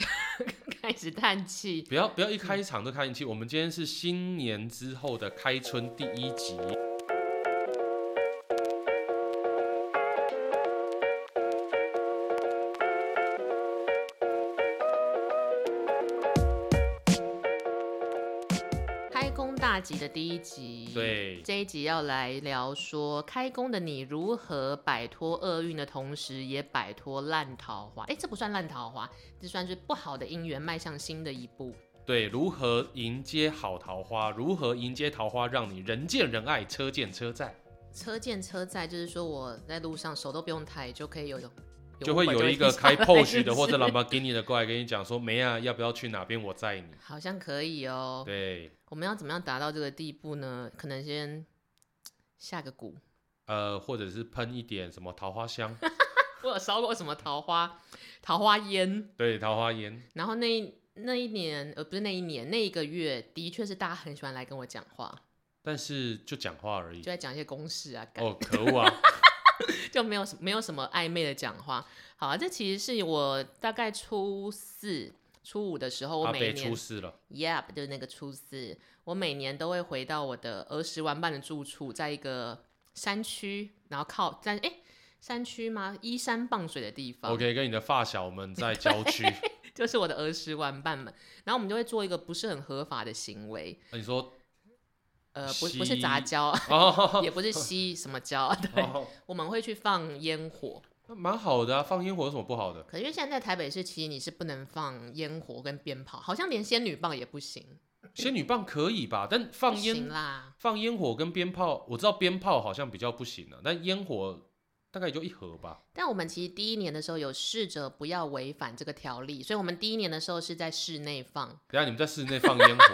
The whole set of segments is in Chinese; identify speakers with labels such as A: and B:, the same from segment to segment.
A: 开始叹气。
B: 不要不要一开场就开气，我们今天是新年之后的开春第一集。
A: 开工大吉的第一集，
B: 对
A: 这一集要来聊说开工的你如何摆脱厄运的同时，也摆脱烂桃花。哎，这不算烂桃花，这算是不好的姻缘迈向新的一步。
B: 对，如何迎接好桃花？如何迎接桃花，让你人见人爱，车见车载，
A: 车见车载，就是说我在路上手都不用抬就可以有种，
B: 就会
A: Uber
B: 有一
A: 停
B: 个
A: 下
B: 开
A: 来
B: POS 的或
A: 是
B: 者 Lamborghini 的过来跟你讲说，梅啊，要不要去哪边？我载你。
A: 好像可以 哦。
B: 对，
A: 我们要怎么样达到这个地步呢？可能先下个蛊。
B: 呃，或者是喷一点什么桃花香，
A: 我有烧过什么桃花桃花烟，
B: 对，桃花烟。
A: 然后那一那一年呃不是那一年那一个月，的确是大家很喜欢来跟我讲话，
B: 但是就讲话而已
A: 就。在讲一些公事啊，干
B: 哦，可恶 啊！
A: 就没有什没有什么暧昧的讲话。好啊，这其实是我大概初四。初五的时候，我
B: 阿
A: 每
B: 北
A: 年
B: 出事了。
A: Yep，就是那个初四，我每年都会回到我的儿时玩伴的住处，在一个山区，然后靠在哎山区吗？依山傍水的地方
B: OK，跟你的发小们在郊 区。
A: 就是我的儿时玩伴们。然后我们就会做一个不是很合法的行为，
B: 啊你说
A: 呃，不
B: 吸
A: 不是杂交，
B: 哦，
A: 也不是吸什么胶，对，
B: 哦
A: 我们会去放烟火。
B: 那蛮好的啊，放烟火有什么不好的？
A: 可是因为现在在台北市，其实你是不能放烟火跟鞭炮，好像连仙女棒也不行，
B: 仙女棒可以吧？但放
A: 不行啊
B: 烟
A: 啦。
B: 放烟火跟鞭炮，我知道鞭炮好像比较不行了、但烟火大概也就一盒吧。
A: 但我们其实第一年的时候有试着不要违反这个条例，所以我们第一年的时候是在室内放，
B: 等一下你们在室内 放烟火，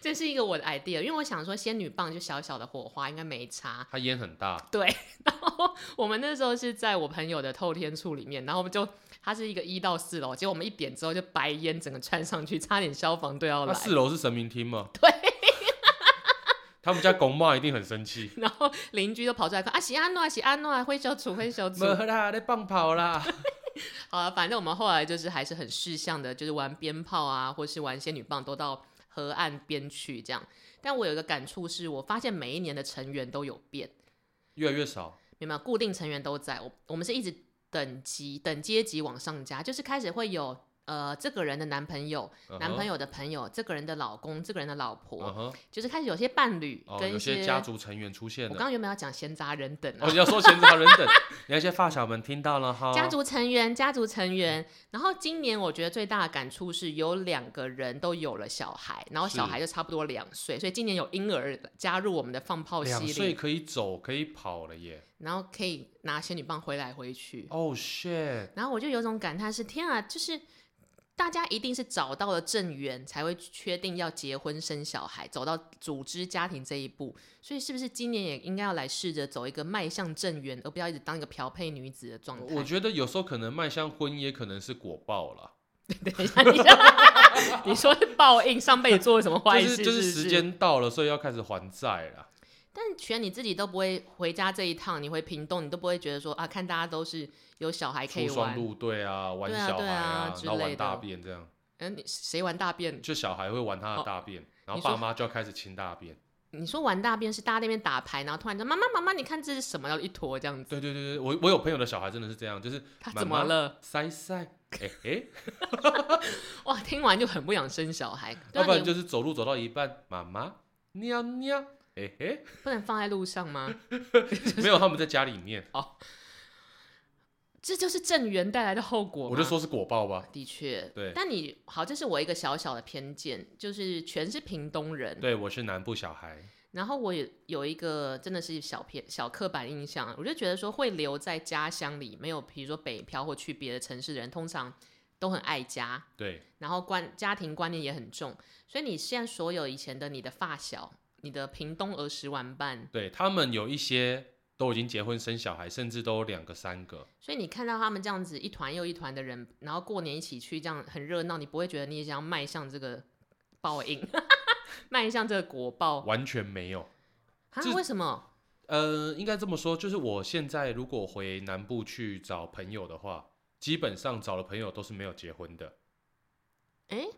A: 这是一个我的 idea，因为我想说仙女棒就小小的火花应该没差。
B: 它烟很大，
A: 对，然后我们那时候是在我朋友的透天处里面，然后我们就它是一个一到四楼，结果我们一点之后就白烟整个窜上去，差点消防队要
B: 那
A: 来。
B: 四楼是神明 厅吗？对。 他们家公妈一定很 生气。
A: 然后邻居都跑出来看啊，喜安诺啊，喜安诺啊，挥手处，挥手处
B: 没。啦，在放炮啦。
A: 好了，反正我们后来就是还是很事项的，就是玩鞭炮啊，或是玩仙女棒，都到河岸边去这样。但我有一个感触是，我发现每一年的成员都有变，
B: 越来越少，
A: 明白吗？固定成员都在，我我们是一直等级等阶级往上加，就是开始会有呃这个人的男朋友，男朋
B: 友，
A: 友的朋友，这个人的老公，这个人的老婆，
B: 嗯嗯哼
A: 就是开始有些伴侣
B: 哦，
A: 跟
B: 有
A: 一
B: 些家族成员出现
A: 我
B: 了
A: 刚。刚原本要讲闲杂人等啊
B: 哦，你要说闲杂人等， 你那些发小们听到了哈。
A: 家族成员，家族成
B: 嗯
A: 员。然后今年我觉得最大的感触是有两个人都有了小孩，然后小
B: 是
A: 孩就差不多两岁，所以今年有婴儿加入我们的放炮系
B: 两岁
A: 列，
B: 可以走，可以跑了耶。
A: 然后可以拿仙女棒回来回去。
B: Oh shit！
A: 然后我就有种感叹是：天啊，就是大家一定是找到了正缘，才会确定要结婚生小孩，走到组织家庭这一步。所以是不是今年也应该要来试着走一个迈向正缘，而不要一直当一个漂配女子的状态？
B: 我觉得有时候可能迈向婚姻，也可能是果报啦，
A: 等一下，你说 你说是报应，上辈子做了什么坏
B: 就
A: 事？
B: 是就是
A: 不
B: 时。间到了，所以要开始还债啦。
A: 但全你自己都不会回家这一趟，你回屏东，你都不会觉得说啊，看大家都是有小孩可
B: 出
A: 以
B: 双
A: 玩，
B: 入对啊，玩
A: 对啊
B: 小孩
A: 对啊之
B: 然后
A: 类
B: 玩
A: 的
B: 大便这样，
A: 嗯，你谁玩大便？
B: 就小孩会玩他的大便，然后
A: 你说
B: 爸妈就要开始清大便。
A: 你说玩大便是大家那边打牌，然后突然就妈妈妈妈，你看这是什么？然后一坨这样子，
B: 对对对对，我我有朋友的小孩真的是这样，就是
A: 他
B: 妈
A: 怎么
B: 妈
A: 了？
B: 塞塞，哎哎，
A: 哇，听完就很不想生小孩， 对
B: 要
A: 啊
B: 不然
A: 你
B: 就是走路走到一半，妈妈尿尿，哎哎，
A: 不能放在路上吗？
B: 没有他们在家里面，
A: 这就是正缘带来的后果。
B: 我就，说是果报吧。
A: 的确，
B: 对
A: 但你好，这是我一个小小的偏见，就是全是屏东人，
B: 对，我是南部小孩，
A: 然后我也有一个真的是小偏小刻板印象，我就觉得说会留在家乡里，没有比如说北漂或去别的城市的人，通常都很爱家，
B: 对，
A: 然后观家庭观念也很重，所以你现在所有以前的你的发小、你的屏东儿时玩伴，
B: 对他们有一些都已经结婚生小孩，甚至都有两个三个。
A: 所以你看到他们这样子一团又一团的人，然后过年一起去这样很热闹，你不会觉得你也想要迈向这个报应， 迈向这个国报
B: 完全没有。
A: 啊
B: 这？
A: 为什么？
B: 呃，应该这么说，就是我现在如果回南部去找朋友的话，基本上找的朋友都是没有结婚的，
A: 哎，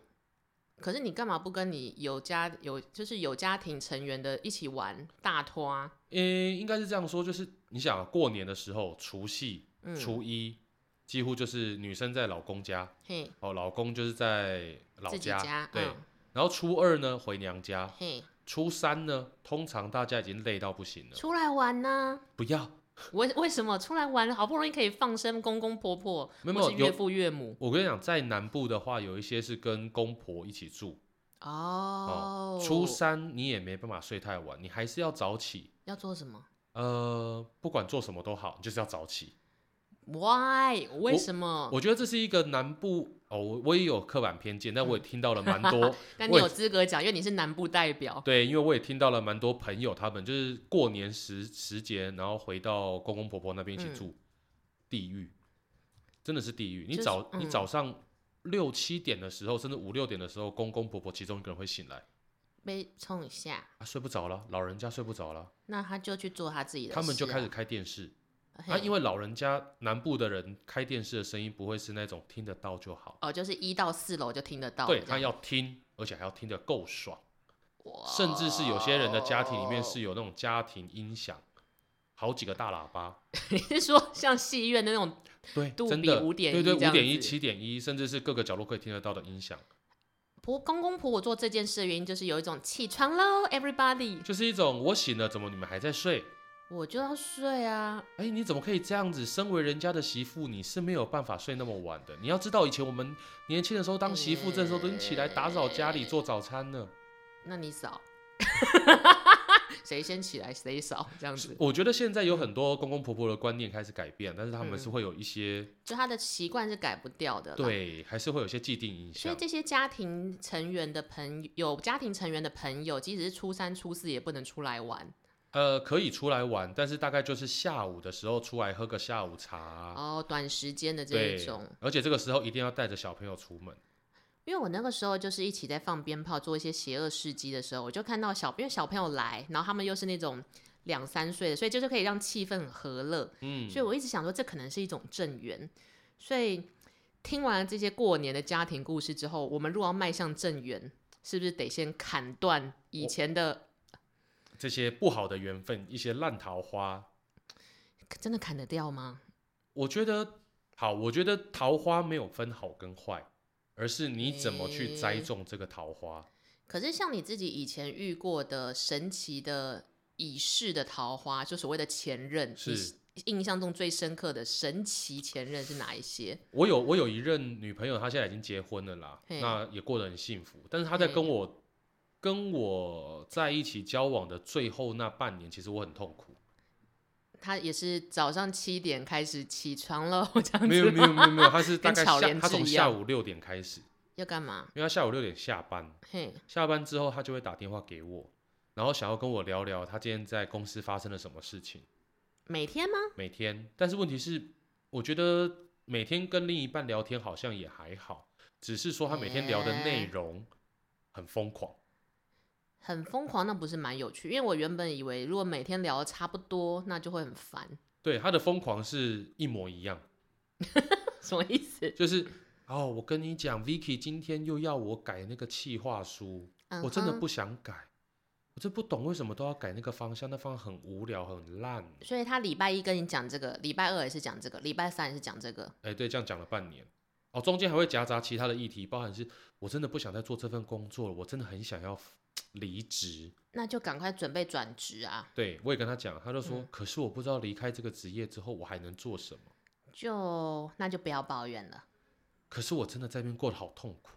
A: 可是你干嘛不跟你有家有就是有家庭成员的一起玩大拖啊？
B: 诶、应该是这样说，就是你想啊过年的时候，除夕、
A: 嗯，
B: 初一，几乎就是女生在老公家，
A: 嘿，
B: 哦，老公就是在老
A: 自己家，
B: 对。
A: 嗯
B: 然后初二呢回娘家，
A: 嘿，
B: 初三呢通常大家已经累到不行了，
A: 出来玩呐、
B: 不要，
A: 为为什么出来玩？好不容易可以放生公公婆婆，
B: 没有
A: 或是
B: 没有
A: 岳
B: 有
A: 父岳母
B: 我跟你讲，在南部的话，有一些是跟公婆一起住，
A: 哦。
B: 初三你也没办法睡太晚，你还是要早起。
A: 要做什么
B: 呃，不管做什么都好，你就是要早起。
A: ？Why？为什么？
B: 我觉得这是一个南部哦，我我也有刻板偏见，但我也听到了蛮多，
A: 但你
B: 我也
A: 有资格讲，因为你是南部代表。
B: 对，因为我也听到了蛮多朋友，他们就是过年时时节，然后回到公公婆婆那边一起
A: 嗯
B: 住，地狱，真的是地狱。你
A: 就是
B: 早、你
A: 嗯
B: 早上六七点的时候，甚至五六点的时候，公公婆婆其中一个人会醒来，
A: 被冲一下，
B: 啊，睡不着了，老人家睡不着了，
A: 那他就去做他自己的事啊、
B: 他们就开始开电视。
A: 嘿，
B: 啊，因为老人家南部的人开电视的声音不会是那种听得到就好，
A: 哦，就是一到四楼就听得到哦了这样，
B: 对他要听，而且还要听得够爽，
A: 哇，
B: 甚至是有些人的家庭里面是有那种家庭音响，好几个大喇叭，
A: 你是说像戏院的那种？
B: 对，
A: 杜
B: 真
A: 比
B: 的，
A: 5.1
B: 对对，
A: 这样
B: 五点一、
A: 子
B: 七点一，甚至是各个角落可以听得到的音响，
A: 婆公公婆婆做这件事的原因，就是有一种起床喽，everybody，
B: 就是一种我醒了，怎么你们还在睡？
A: 我就要睡啊，
B: 哎，你怎么可以这样子？身为人家的媳妇，你是没有办法睡那么晚的。你要知道，以前我们年轻的时候当媳妇，这时候都已经起来打扫家里、
A: 嗯
B: 做早餐呢。
A: 那你扫， 谁先起来谁扫，这样子，
B: 我觉得现在有很多公公婆婆的观念开始改变，但是他们
A: 嗯
B: 是会有一些、
A: 就他的习惯是改不掉的，。
B: 对，还是会有一些既定印
A: 所以
B: 象。
A: 这些家庭成员的朋友，有家庭成员的朋友，即使是初三、初四也不能出来玩
B: 呃，可以出来玩，但是大概就是下午的时候出来喝个下午茶，
A: 哦，短时间的这
B: 啊对
A: 一种。，
B: 而且这个时候一定要带着小朋友出门。
A: 因为我那个时候就是一起在放鞭炮做一些邪恶事迹的时候，我就看到小，因为小朋友来，然后他们又是那种两三岁的，所以就是可以让气氛很和乐。
B: 嗯，
A: 所以我一直想说，这可能是一种正缘。所以听完了这些过年的家庭故事之后，我们如果要迈向正缘，是不是得先砍断以前的？
B: 这些不好的缘分，一些烂桃花，
A: 真的砍得掉吗？
B: 我觉得好，我觉得桃花没有分好跟坏，而是你怎么去栽
A: 诶
B: 种这个桃花。
A: 可是像你自己以前遇过的神奇的已逝的桃花，就所谓的前任，你
B: 是
A: 印象中最深刻的神奇前任是哪一些？
B: 我有我有一任女朋友，她现在已经结婚了啦，
A: 嘿
B: 那也过得很幸福。但是她在跟
A: 嘿
B: 我跟我在一起交往的最后那半年，其实我很痛 苦。
A: 他也是早上七点开始起床了， 这样子
B: 没有没有没有没有，她是大
A: 跟
B: 概
A: 巧
B: 下
A: 莲
B: 她
A: 智
B: 从
A: 一
B: 下
A: 样
B: 午六点开始，
A: 要干嘛？
B: 因为她下午六点下班，
A: 嘿，
B: 下班之后她就会打电话给我，然后想要跟我聊聊她今天在公司发生了什么事情。
A: 每天吗？
B: 每天，但是问题是，我觉得每天跟另一半聊天好像也还好，只是说他每天聊的内容很疯狂。
A: 很疯狂，那不是蛮有趣？因为我原本以为如果每天聊的差不多，那就会很烦，
B: 对，他的疯狂是一模一样，
A: 什么意思？
B: 就是哦，我跟你讲，Vicky 今天又要我改那个企划书，我真的
A: 嗯哼
B: 不想改，我真不懂为什么都要改那个方向，那方向很无聊，很烂。
A: 所以他礼拜一跟你讲这个，礼拜二也是讲这个，礼拜三也是讲这个，
B: 哎，对，这样讲了半年。哦，中间还会夹杂其他的议题，包含是我真的不想再做这份工作了，我真的很想要离职。
A: 那就赶快准备转职啊！
B: 对，我也跟他讲，他就说，
A: 嗯
B: 可是我不知道离开这个职业之后我还能做什么。
A: 就那就不要抱怨了。
B: 可是我真的在那边过得好痛苦。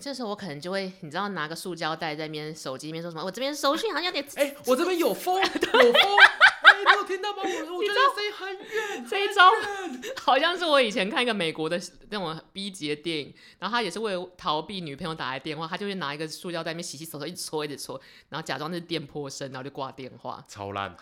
A: 这时候我可能就会，你知道，拿个塑胶袋在那边手机里面说什么，我这边收讯好像有点
B: 哎、我这边有风， 有风。哎、你有听到吗？我我觉得声音很远。
A: 这一招好像是我以前看一个美国的那种 B 级的电影，然后他也是为了逃避女朋友打来电话，他就会拿一个塑胶袋，面洗洗手手一直搓一直搓，然后假装是电波声，然后就挂电话。
B: 超烂，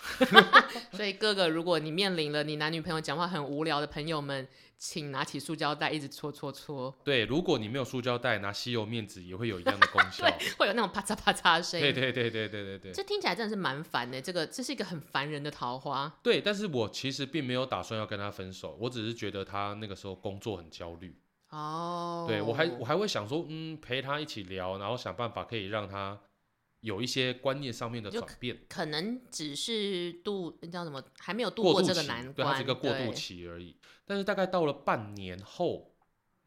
A: 所以哥哥，如果你面临了你男女朋友讲话很无聊的朋友们，请拿起塑胶袋一直搓搓 搓，
B: 对，如果你没有塑胶袋，拿吸油面纸也会有一样的功 效。
A: 会有那种啪嚓啪嚓的声
B: 对
A: 音。
B: 对对对对对对
A: 这听起来真的是蛮烦的，这个这是一个很烦人的桃花。
B: 对，但是我其实并没有打算要跟他分手，我只是觉得他那个时候工作很焦虑，
A: 哦，
B: 对我还我还会想说，嗯，陪他一起聊，然后想办法可以让他有一些观念上面的
A: 就
B: 转变，
A: 可能只是度那叫什么，还没有度
B: 过渡
A: 这个
B: 期
A: 难
B: 对，它
A: 关，
B: 是一个过渡
A: 对
B: 期而已。但是大概到了半年后，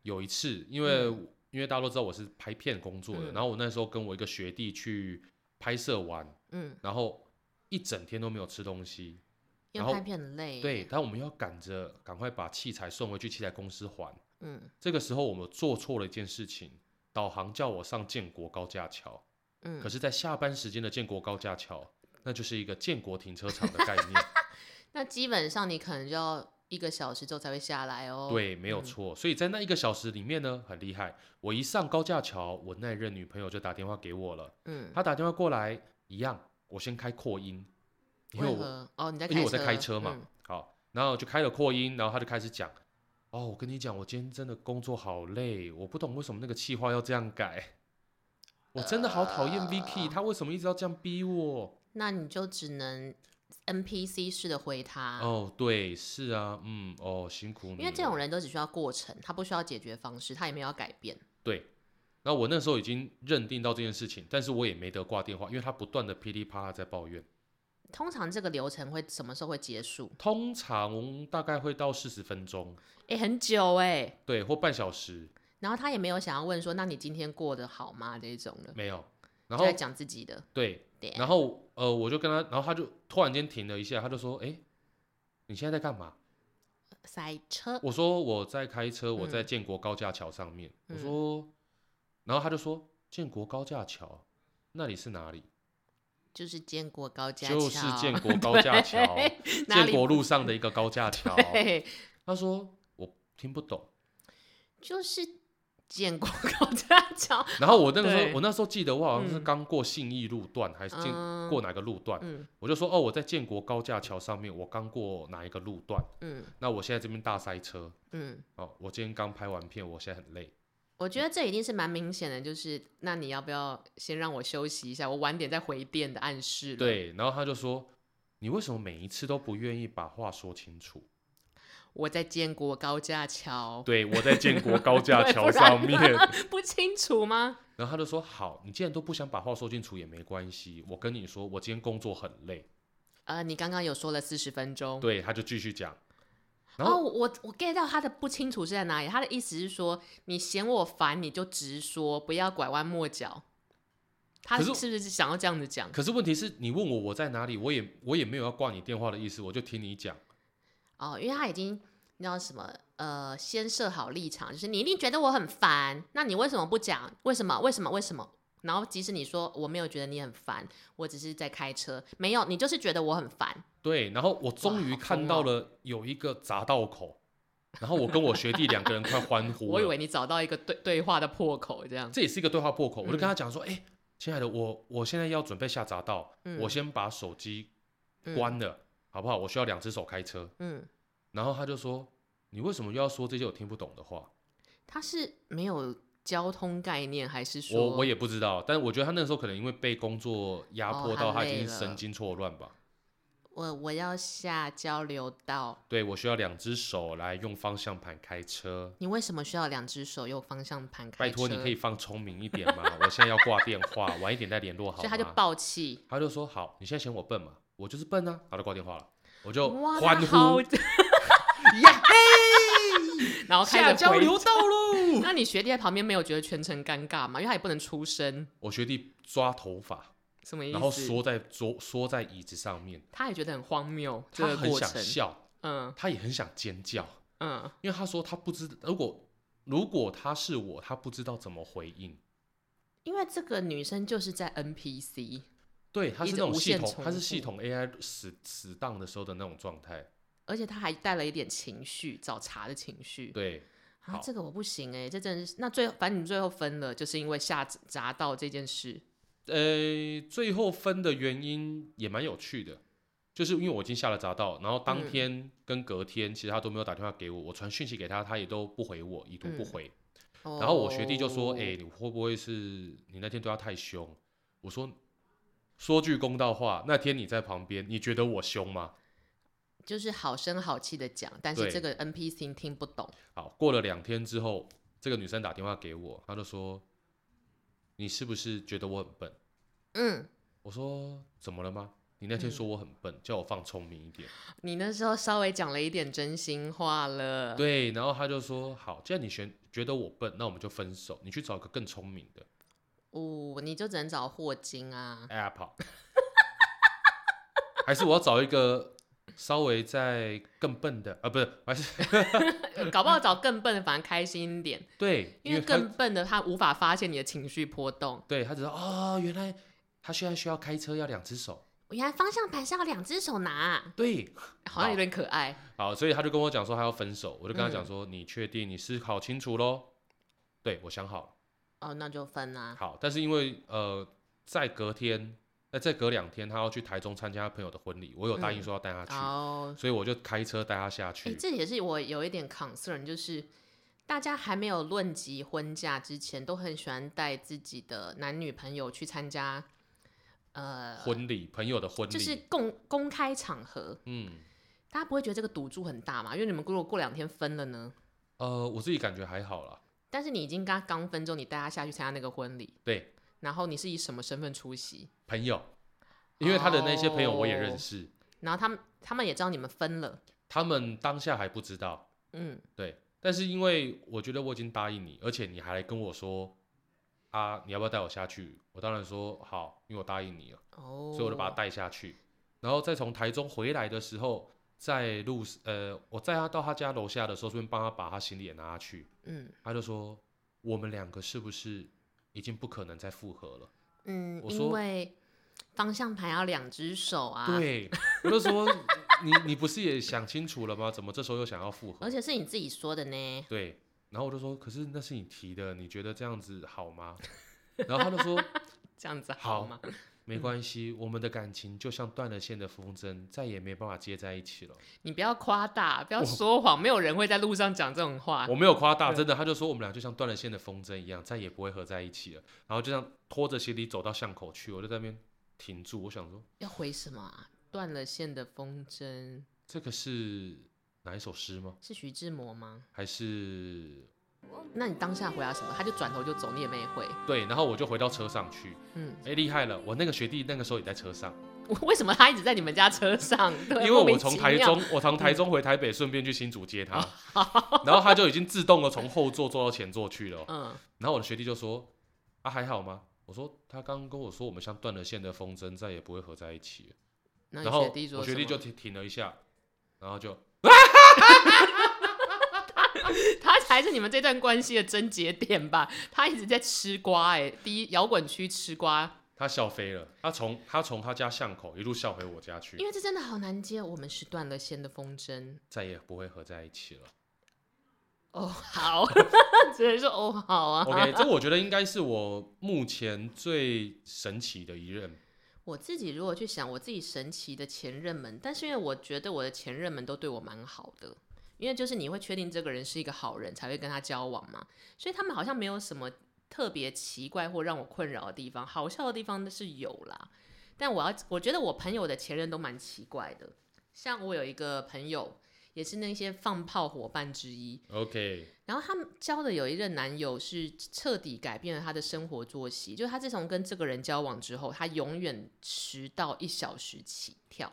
B: 有一次，因为、因为大家都知道我是拍片工作的，
A: 嗯
B: 然后我那时候跟我一个学弟去拍摄完，
A: 嗯，
B: 然后一整天都没有吃东西，
A: 因
B: 然
A: 为
B: 后
A: 拍片很累，
B: 对，，但我们要赶着赶快把器材送回去器材公司还。
A: 嗯
B: 这个时候我们做错了一件事情，导航叫我上建国高架桥，
A: 嗯
B: 可，是，在下班时间的建国高架桥，那就是一个建国停车场的概念。
A: 那基本上你可能就要一个小时之后才会下来哦，，
B: 对，没有错。所以在那一个小时里面呢，很厉害。我一上高架桥，我那任女朋友就打电话给我了。
A: 嗯，
B: 她打电话过来，一样，我先开扩音，因为
A: 为
B: 我
A: 何？哦，你在
B: 因为我在开车嘛。
A: 嗯
B: 好，然后就开了扩音，然后她就开始讲。哦，我跟你讲，我今天真的工作好累，我不懂为什么那个气话要这样改，我真的好讨
A: 呃
B: 厌 Vicky，、她为什么一直要这样逼我？
A: 那你就只能 NPC 式的回他，
B: 哦，对，是啊，嗯，哦，辛苦你了。
A: 啊因为这种人都只需要过程，他不需要解决方式，他也没有要改变。
B: 对，那我那时候已经认定到这件事情，但是我也没得挂电话，因为他不断的噼里啪啦在抱怨。
A: 通常这个流程会什么时候会结束？
B: 通常大概会到四十分钟，
A: 诶，很久诶。
B: 对，或半小时，
A: 然后他也没有想要问说，那你今天过得好吗？这一种的，
B: 没有。然
A: 就
B: 后
A: 在讲自己的。
B: 对，
A: 对
B: 然后呃，我就跟他，然后他就突然间停了一下，他就说：“哎，你现在在干嘛
A: 塞？”车，
B: 我说：“我在开车，我在
A: 嗯
B: 建国高架桥上面。
A: 嗯
B: 我说，然后他就说：“建国高架桥那里是哪里？
A: 就是建国高架桥，
B: 就是建国高架桥，
A: 对哪
B: 建
A: 里
B: 国路上的一个高架桥。”
A: 对，
B: 他说我听不懂，
A: 就是建国 高架桥。
B: 然后我那个时
A: 对
B: 候，我那时候记得我好像是
A: 嗯
B: 刚过信义路段，还是建、
A: 嗯
B: 过哪个路段，
A: 嗯
B: 我就说哦，我在建国高架桥上面，我刚过哪一个路段，
A: 嗯
B: 那我现在这边大塞车
A: 嗯，
B: 哦，我今天刚拍完片，我现在很累，
A: 我觉得这一定是蛮明显的，就是那你要不要先让我休息一下，我晚点再回电的暗示了。，
B: 对，然后他就说你为什么每一次都不愿意把话说清楚？
A: 我在建国高架桥。
B: 对我在建国高 架
A: 对
B: 桥上，
A: 不
B: 面，
A: 然呢 不清楚吗？
B: 然后他就说好，你既然都不想把话说清楚也没关系，我跟你说，我今天工作很累，
A: 呃，你刚刚有说了四十分钟，
B: 对，他就继续讲，然
A: 哦，
B: 后
A: 我我 get 到他的不清楚是在哪里。他的意思是说，你嫌我烦，你就直说，不要拐弯抹角。他
B: 可
A: 是
B: 是
A: 不是想要这样子讲？
B: 可是问题是你问我我在哪里，我也我也没有要挂你电话的意思，我就听你讲。
A: 哦，因为他已经你知道什么呃，先设好立场，就是你一定觉得我很烦，那你为什么不讲？为什么？为什么？为什么？然后即使你说我没有觉得你很烦，我只是在开车，没有，你就是觉得我很烦。
B: 对，然后我终于
A: 好疯
B: 看
A: 哦
B: 到了有一个匝道口，然后我跟我学弟两个人快欢 呼
A: 我以
B: 了。
A: 为你找到一个对对话的破口这样。
B: 这也是一个对话破口，
A: 嗯
B: 我就跟他讲说：“哎、亲爱的，我我现在要准备下匝道，
A: 嗯
B: 我先把手机
A: 嗯
B: 关了，好不好？我需要两只手开车。
A: 嗯，”
B: 然后他就说：“你为什么又要说这些我听不懂的话
A: 他是没有交通概念，还是？”说
B: 我我也不知道，但是我觉得他那时候可能因为被工作压
A: 哦
B: 迫
A: 他
B: 到，他已
A: 累
B: 经
A: 了
B: 神经错乱吧。
A: 我我要下交流道，
B: 对我需要两只手来用方向盘开车。
A: 你为什么需要两只手用方向盘开
B: 拜
A: 车？
B: 托，你可以，放聪明一点吗？我现在要挂电话，晚一点再联络好
A: 所
B: 吗？
A: 以他就爆气，
B: 他就说好，你现在嫌我笨嘛？我就是笨啊，他就挂电话了。我就
A: 哇，
B: 欢
A: 他好
B: 呼，呀
A: 然后
B: 嘿，下
A: 开始
B: 交
A: 回。
B: 流道喽！
A: 那你学弟在旁边没有觉得全程尴尬吗？因为他也不能出声，
B: 我学弟抓头发，
A: 什么意思？
B: 然后缩在桌缩在椅子上面，
A: 他也觉得很荒谬，这
B: 他
A: 个
B: 很
A: 过
B: 想
A: 程。
B: 笑，
A: 嗯
B: 他也很想尖叫，
A: 嗯，
B: 因为他说他不知如果如果他是我，他不知道怎么回应。
A: 因为这个女生就是在 NPC，
B: 对，他
A: 一
B: 是那
A: 直
B: 种
A: 无
B: 系
A: 限
B: 统，
A: 重
B: 他是系
A: 复
B: 统 AI 死死档的时候的那种状态。
A: 而且她还带了一点情绪，找茬的情绪。
B: 对，
A: 啊
B: 好，
A: 这个我不行哎、这真的是。那最反正你最后分了，就是因为下匝道这件事。
B: 呃，最后分的原因也蛮有趣的，就是因为我已经下了匝道，然后当
A: 嗯
B: 天跟隔天，其实他都没有打电话给我，我传讯息给他，他也都不回我，已读
A: 嗯
B: 不
A: 哦
B: 回。
A: 然
B: 然后我学弟就说：“哎、你会不会是你那天对他太凶？”我说：“说句公道话，那天你在旁边，你觉得我凶吗
A: 就是好声好气的讲，但是
B: 对
A: 这个 NPC 听不懂。
B: 好，过了两天之后，这个女生打电话给我，她就说：“你是不是觉得我很笨
A: 嗯，？”
B: 我说：“怎么了吗？你那天说我很笨，叫我放聪明一点。
A: 你那时候稍微讲了一点真心话了。，
B: 对，然后她就说：“好，既然你选觉得我笨，那我们就分手。你去找一个更聪明的
A: 哦，你就只能找霍金啊。
B: Apple，还是我要找一个稍微再更笨的啊？不是，还是
A: 呃搞不好找更笨的反而开心一点，
B: 对，
A: 因为
B: 她
A: 更笨的他无法发现你的情绪波动。
B: 对他只知道哦，原来他现在需要开车要两只手。
A: 原来方向盘是要两只手拿啊、
B: 对，
A: 好像有点可爱。
B: 好，所以他就跟我讲说他要分手，我就跟他
A: 嗯
B: 讲说、你确定你思考清楚喽？对，我想好了。
A: 哦，那就分啦、
B: 好，但是因为呃，在隔天，呃，再隔两天他要去台中参加他朋友的婚礼，我有答应说要带他去，
A: 哦，
B: 所以我就开车带他下
A: 哎、
B: 去。
A: 这也是我有一点 concern，就是大家还没有论及婚嫁之前，都很喜欢带自己的男女朋友去参加，呃，
B: 婚礼，朋友的婚礼，
A: 就是公公开场合，
B: 嗯，
A: 大家不会觉得这个赌注很大嘛？因为你们如果过两天分了呢，
B: 呃，我自己感觉还好啦。
A: 但是你已经跟他刚分之后，你带他下去参加那个婚礼，
B: 对，
A: 然后你是以什么身份出席？
B: 朋友，因为他的那些朋友我也
A: 哦
B: 认识，
A: 然后他们他们也知道你们分了，
B: 他们当下还不知道，
A: 嗯，
B: 对，但是因为我觉得我已经答应你，而且你还来跟我说啊，你要不要带我下去？我当然说好，因为我答应你了，
A: 哦，
B: 所以我就把他带下去。然后再从台中回来的时候，在路呃，我载他到他家楼下的时候，顺便帮他把他行李也拿下去。
A: 嗯
B: 他就说，我们两个是不是已经不可能再复合了？
A: 嗯，
B: 我
A: 因
B: 说
A: 为方向盘要两只手啊，。
B: 对，我就说 你你不是也想清楚了吗？怎么这时候又想要复合
A: 而？且是你自己说的呢。
B: 对，然后我就说，可是那是你提的，你觉得这样子好吗？ 然后他就说，
A: 这样子
B: 好
A: 吗？
B: 没关系，我们的感情就像断了线的风筝，再也没办法接在一起了。
A: 你不要夸大，不要说谎，没有人会在路上讲这种话
B: 我。没有夸大，真的，他就说我们俩就像断了线的风筝一样，再也不会合在一起了。然后就这样拖着行李走到巷口去，我就在那边停住，我想说
A: 要回什么、啊？断了线的风筝
B: 这个是哪一首诗吗？
A: 是徐志摩吗？
B: 还是
A: 那你当下回答什么？他就转头就走，你也没回。
B: 对？然后我就回到车上去，
A: 嗯，
B: 哎，厉害了！我那个学弟那个时候也在车上，
A: 我为什么他一直在你们家车上？对
B: 因为
A: 莫名
B: 我从
A: 其
B: 台
A: 妙嗯
B: 中，我从台中回台北，顺便去新竹接他，
A: 哦
B: 然后他就已经自动的从后座坐到前座去了哦。
A: 嗯，
B: 然后我的学弟就说：“啊，还好吗？”我说：“他刚刚跟我说，我们像断了线的风筝，再也不会合在一起了。”
A: 然
B: 然
A: 后
B: 后
A: 你学弟说
B: 我学
A: 什
B: 弟
A: 么
B: 就停停了一下，然后就
A: 他才是你们这段关系的症结点吧？他一直在吃瓜、欸，哎，第一摇滚区吃瓜，
B: 他笑飞了。他从他从他家巷口一路笑回我家去
A: 因，为这真的好难接。我们是断了线的风筝。
B: 再也不会合在一 起了。
A: 哦，好， 只能说哦，好啊。
B: OK，这我觉得应该是我目前最神奇的一任。
A: 我自己如果去想我自己神奇的前任们，但是因为我觉得我的前任们都对我蛮好的，因为就是你会确定这个人是一个好人，才会跟他交往嘛，所以他们好像没有什么特别奇怪或让我困扰的地方，好笑的地方是有啦，但我要我觉得我朋友的前任都蛮奇怪的，像我有一个朋友也是那些放炮伙伴之一，
B: OK，
A: 然后他们交的有一任男友是彻底改变了他的生活作息，就是他自从跟这个人交往之后，他永远迟到一小时起跳。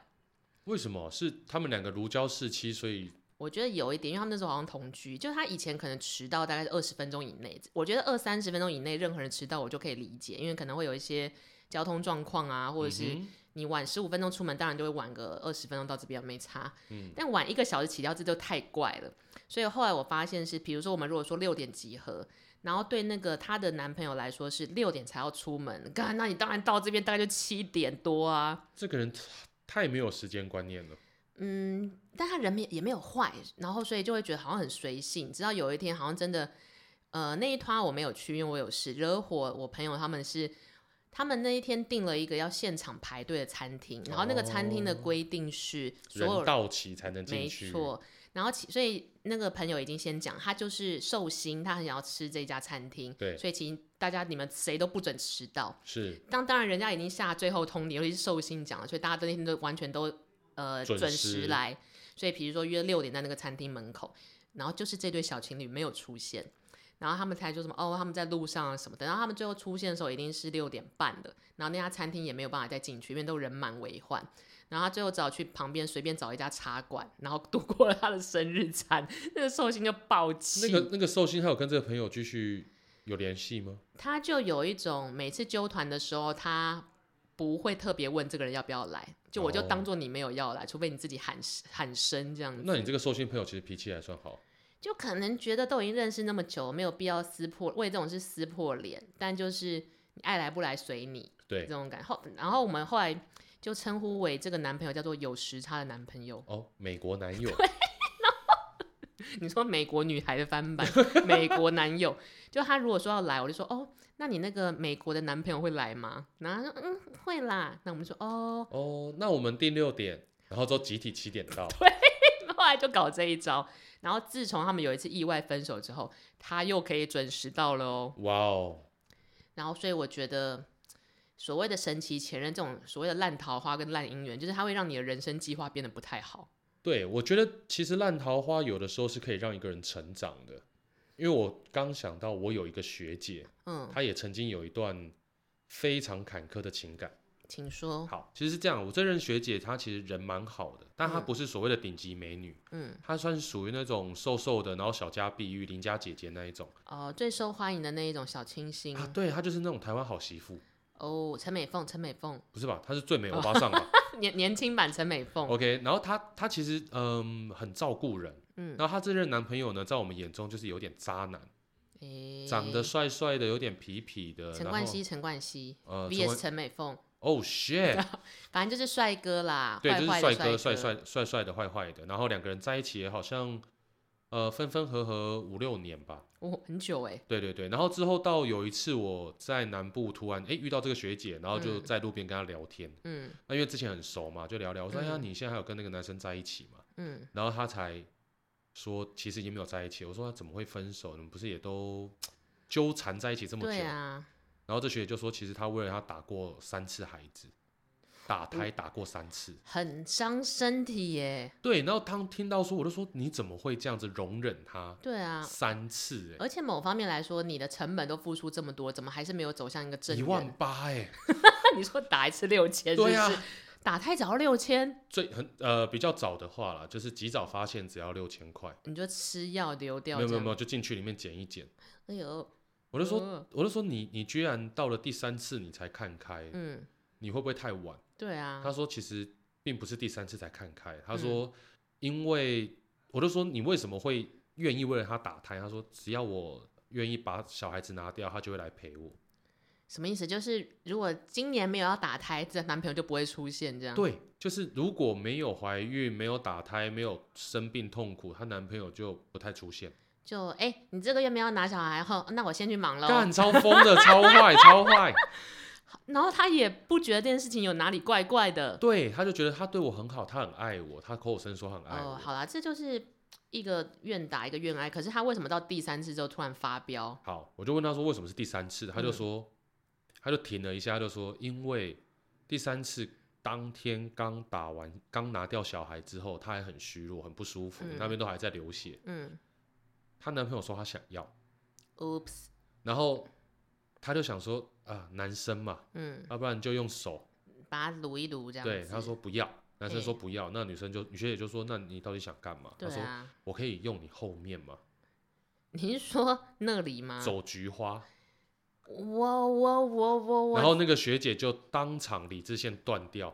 B: 为什么是他们两个如胶似漆，所以
A: 我觉得有一点，因为他们那时候好像同居，就是他以前可能迟到大概二十分钟以内，我觉得二三十分钟以内任何人迟到我就可以理解，因为可能会有一些交通状况啊，或者是
B: 嗯哼
A: 你晚十五分钟出门，当然就会晚个二十分钟到这边没差。
B: 嗯
A: 但晚一个小时起跳，这就太怪了。所以后来我发现是，比如说我们如果说六点集合，然后对那个她的男朋友来说是六点才要出门，干，那你当然到这边大概就七点多啊。
B: 这个人太太没有时间观念了。
A: 嗯，但他人没也没有坏，然后所以就会觉得好像很随性。直到有一天，好像真的，呃，那一团我没有去，因为我有事惹火我朋友，他们是他们那一天订了一个要现场排队的餐厅，然后那个餐厅的
B: 哦
A: 规定是所有
B: 人到齐才能进
A: 没
B: 去。
A: 错，然后其所以那个朋友已经先讲，他就是寿星，他很想要吃这家餐厅，
B: 对
A: 所以其实大家你们谁都不准迟到。
B: 是
A: 当当然，人家已经下最后通牒，尤其是寿星讲了，所以大家都那天都完全都呃
B: 准
A: 准
B: 时
A: 时来。所以比如说约六点在那个餐厅门口，然后就是这对小情侣没有出现，然后他们才说什么哦，他们在路上啊什么的。然后他们最后出现的时候已经是六点半的，然后那家餐厅也没有办法再进去，因为都人满为患。然后他最后只好去旁边随便找一家茶馆，然后度过了他的生日餐。 那个寿星就爆气，
B: 那个那个寿星还有跟这个朋友继续有联系吗？
A: 他就有一种每次纠团的时候，他不会特别问这个人要不要来，就我就
B: 哦
A: 当做你没有要来，除非你自己喊喊声这样子。
B: 那你这个寿星朋友其实脾气还算好，
A: 就可能觉得都已经认识那么久，没有必要撕破，为这种事撕破脸。但就是你爱来不来随你这
B: 对
A: 种感后，然后我们后来就称呼为这个男朋友叫做有时差的男朋友。
B: 哦，美国男友，
A: 你说美国女孩的翻版，美国男友，就他如果说要来，我就说哦，那你那个美国的男朋友会来吗？然后他说嗯会啦。那我们说哦，
B: 哦，那我们定六点，然后都集体七点到，
A: 后来就搞这一招。然后自从他们有一次意外分手之后，他又可以准时到了哦。
B: 哇哦，
A: 然后所以我觉得所谓的神奇前任这种所谓的烂桃花跟烂姻缘，就是它会让你的人生计划变得不太好。
B: 对我觉得其实烂桃花有的时候是可以让一个人成长的，因为我刚想到我有一个学姐，
A: 嗯，
B: 她也曾经有一段非常坎坷的情感。
A: 请说。
B: 好，其实是这样，我这任学姐她其实人蛮好的，但她
A: 嗯
B: 不是所谓的顶级美女，
A: 嗯，
B: 她算是属于那种瘦瘦的，然后小家碧玉、邻家姐姐那一种
A: 哦、最受欢迎的那一种小清新
B: 啊。对，她就是那种台湾好媳妇，
A: 哦，陈美凤，陈美凤，
B: 不是吧？她是最
A: 哦
B: 美欧巴桑吧
A: 年年轻版陈美凤。
B: ？OK，然后她她其实嗯很照顾人，
A: 嗯，
B: 然后她这任男朋友呢，在我们眼中就是有点渣男，
A: 诶
B: 长得帅帅的，有点痞痞的，
A: 陈
B: 呃然
A: 冠
B: 后
A: 希，陈冠希
B: 呃陈
A: ，VS
B: 冠
A: 陈美凤，
B: 哦 shit，
A: 反正就是帅哥啦，
B: 对，
A: 坏
B: 就是
A: 坏
B: 帅
A: 的
B: 哥，
A: 帅
B: 帅帅帅帅的，坏坏的，然后两个人在一起也好像呃分分合合五六年吧。
A: 哦，很久哎、
B: 对对对，然后之后到有一次我在南部突然哎遇到这个学姐，然后就
A: 嗯
B: 在路边跟她聊天，
A: 嗯
B: 那因为之前很熟嘛，就聊聊，我说哎呀
A: 嗯
B: 你现在还有跟那个男生在一起吗？
A: 嗯
B: 然后她才说其实已经没有在一起，我说那怎么会分手？你们不是也都纠缠在一起这么久？
A: 对啊，
B: 然后这学姐就说其实她为了他打过三次孩子，打胎打过三次，
A: 很伤身体耶、
B: 对，然后当听到说我就说你怎么会这样子容忍他
A: 对啊，
B: 三次、欸
A: 而且某方面来说，你的成本都付出这么多，怎么还是没有走向一个
B: 哎，
A: 正
B: 一
A: 源？
B: 万八哎、
A: 你说打一次六 千，
B: 对啊
A: 是不是打太早六千，
B: 最很呃比较早的话啦，就是及早发现只要六千块，
A: 你就吃药流
B: 没
A: 掉
B: 有
A: 这
B: 没有
A: 样。
B: 没有，就进去里面捡一捡。
A: 哎呦，
B: 我就说、
A: 嗯
B: 我就说你你居然到了第三次你才看开，
A: 嗯，
B: 你会不会太晚？
A: 对啊，嗯
B: 他说其实并不是第三次才看开，他说因为我就说你为什么会愿意为了他打胎？他说只要我愿意把小孩子拿掉，他就会来陪我。
A: 什么意思？就是如果今年没有要打胎，这男朋友就不会出现这样。
B: 对，就是如果没有怀孕、没有打胎、没有生病痛苦，她男朋友就不太出现。
A: 就哎、你这个月没有拿小孩后，那我先去忙喽。
B: 干，超疯的，超坏，超坏。
A: 然后他也不觉得这件事情有哪里怪怪的。
B: 对，他就觉得他对我很好，他很爱我，他口口声说他很爱我。
A: 哦，好啦，这就是一个愿打一个愿挨。可是他为什么到第三次之后突然发飙？
B: 好我就问他说为什么是第三次，他就
A: 嗯
B: 说，他就停了一下，他就说因为第三次当天刚打完，刚拿掉小孩之后，他还很虚弱，很不舒服，
A: 嗯
B: 那边都还在流血。
A: 嗯
B: 她男朋友说他想要，
A: ，oops，
B: 然后她就想说啊，男生嘛，
A: 嗯，
B: 要不然就用手。
A: 把它撸一撸这样子。
B: 对，他说不要，男生说不要，那女生就女学姐就说，那你到底想干嘛？他
A: 对
B: 说
A: 啊，
B: 我可以用你后面嘛，
A: 你是说那里吗？
B: 走菊花。
A: 我我我我
B: 然
A: 我，
B: 后那个学姐就当场理智线断掉，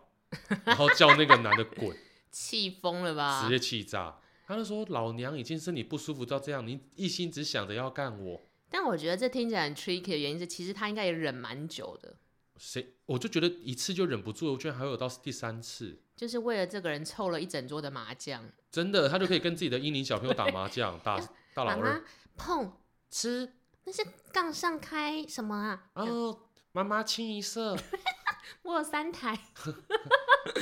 B: 然后叫那个男的 滚，
A: 气疯了吧
B: 直？接气炸。他就说：“老娘已经身体不舒服到这样，你一心只想着要干我，
A: 但我觉得这听起来很 tricky 的原因是，其实他应该也忍蛮久的，
B: 谁？我就觉得一次就忍不住，我居然还有到第三次，
A: 就是为了这个人凑了一整桌的麻将。
B: 真的，他就可以跟自己的英龄小朋友打麻 将，打
A: 妈
B: 大老二
A: 妈碰吃，那是杠上开什么啊？
B: 哦，妈妈清一色，
A: 我有三台，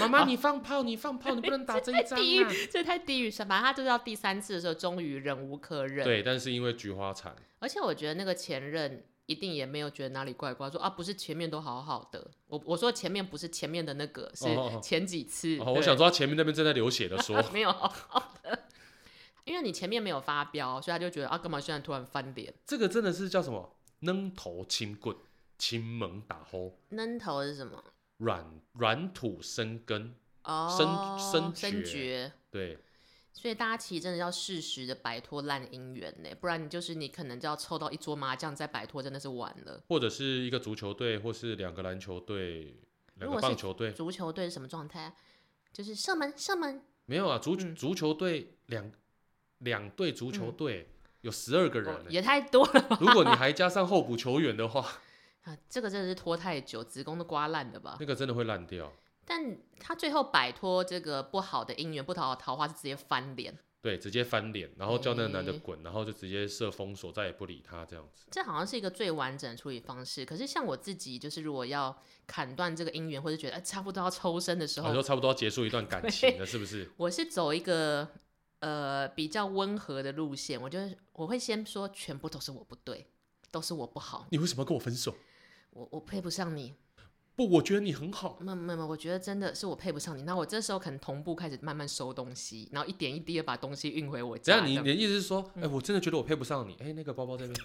B: 妈妈你放炮，你放炮，你不能 打这一张
A: 地狱
B: 啊！，
A: 这太地狱了。反正他就到第三次的时候，终于忍无可忍。
B: 对，但是因为菊花残，
A: 而且我觉得那个前任一定也没有觉得哪里怪怪，说啊不是前面都好好的，我我说前面不是前面的那个，是
B: 哦哦哦
A: 前几次。
B: 哦，
A: 对，
B: 我想说他前面那边正在流血的说
A: 没有好好的。因为你前面没有发飙，所以他就觉得啊，干嘛现在突然翻脸？
B: 这个真的是叫什么？扔头轻棍，轻猛打吼，
A: 闷头是什么？
B: 软软土生根。
A: 哦，
B: 深
A: 深
B: 觉
A: 觉。
B: 对，
A: 所以大家其实真的要适时的摆脱烂姻缘呢，不然你就是你可能就要凑到一桌麻将再摆脱，真的是完了。
B: 或者是一个足球队，或是两个篮球队，两
A: 如
B: 个
A: 果
B: 棒
A: 是
B: 球队，
A: 足球队是什么状态啊？就是射门，射门
B: 没有啊，足、
A: 嗯
B: 足球队两两队足球队、有十二个人
A: 嗯哦
B: 欸、
A: 也太多了
B: 如果你还加上候补球员的话，
A: 啊！这个真的是拖太久，子宫都刮烂了吧？
B: 那个真的会烂掉。
A: 但他最后摆脱这个不好的姻缘、不好的桃花，是直接翻脸。
B: 对，直接翻脸，然后叫那个男的
A: 诶
B: 滚，然后就直接设封锁，再也不理他这样子。
A: 这好像是一个最完整的处理方式。可是像我自己，就是如果要砍断这个姻缘，或者觉得、哎差不多要抽身的时
B: 然后
A: 候，
B: 哦啊就差不多要结束一段感情了，是不是？
A: 我是走一个呃比较温和的路线。我就我会先说，全部都是我不对，都是我不好，
B: 你为什么要跟我分手？
A: 我我配不上你，
B: 不，我觉得你很好。
A: 没有没有，没有我觉得真的是我配不上你。那我这时候可能同步开始慢慢收东西，然后一点一滴的把东西运回我
B: 怎
A: 家。
B: 样？你
A: 啊这嗯
B: 你的意思是说，哎、我真的觉得我配不上你？哎、那个包 包这边。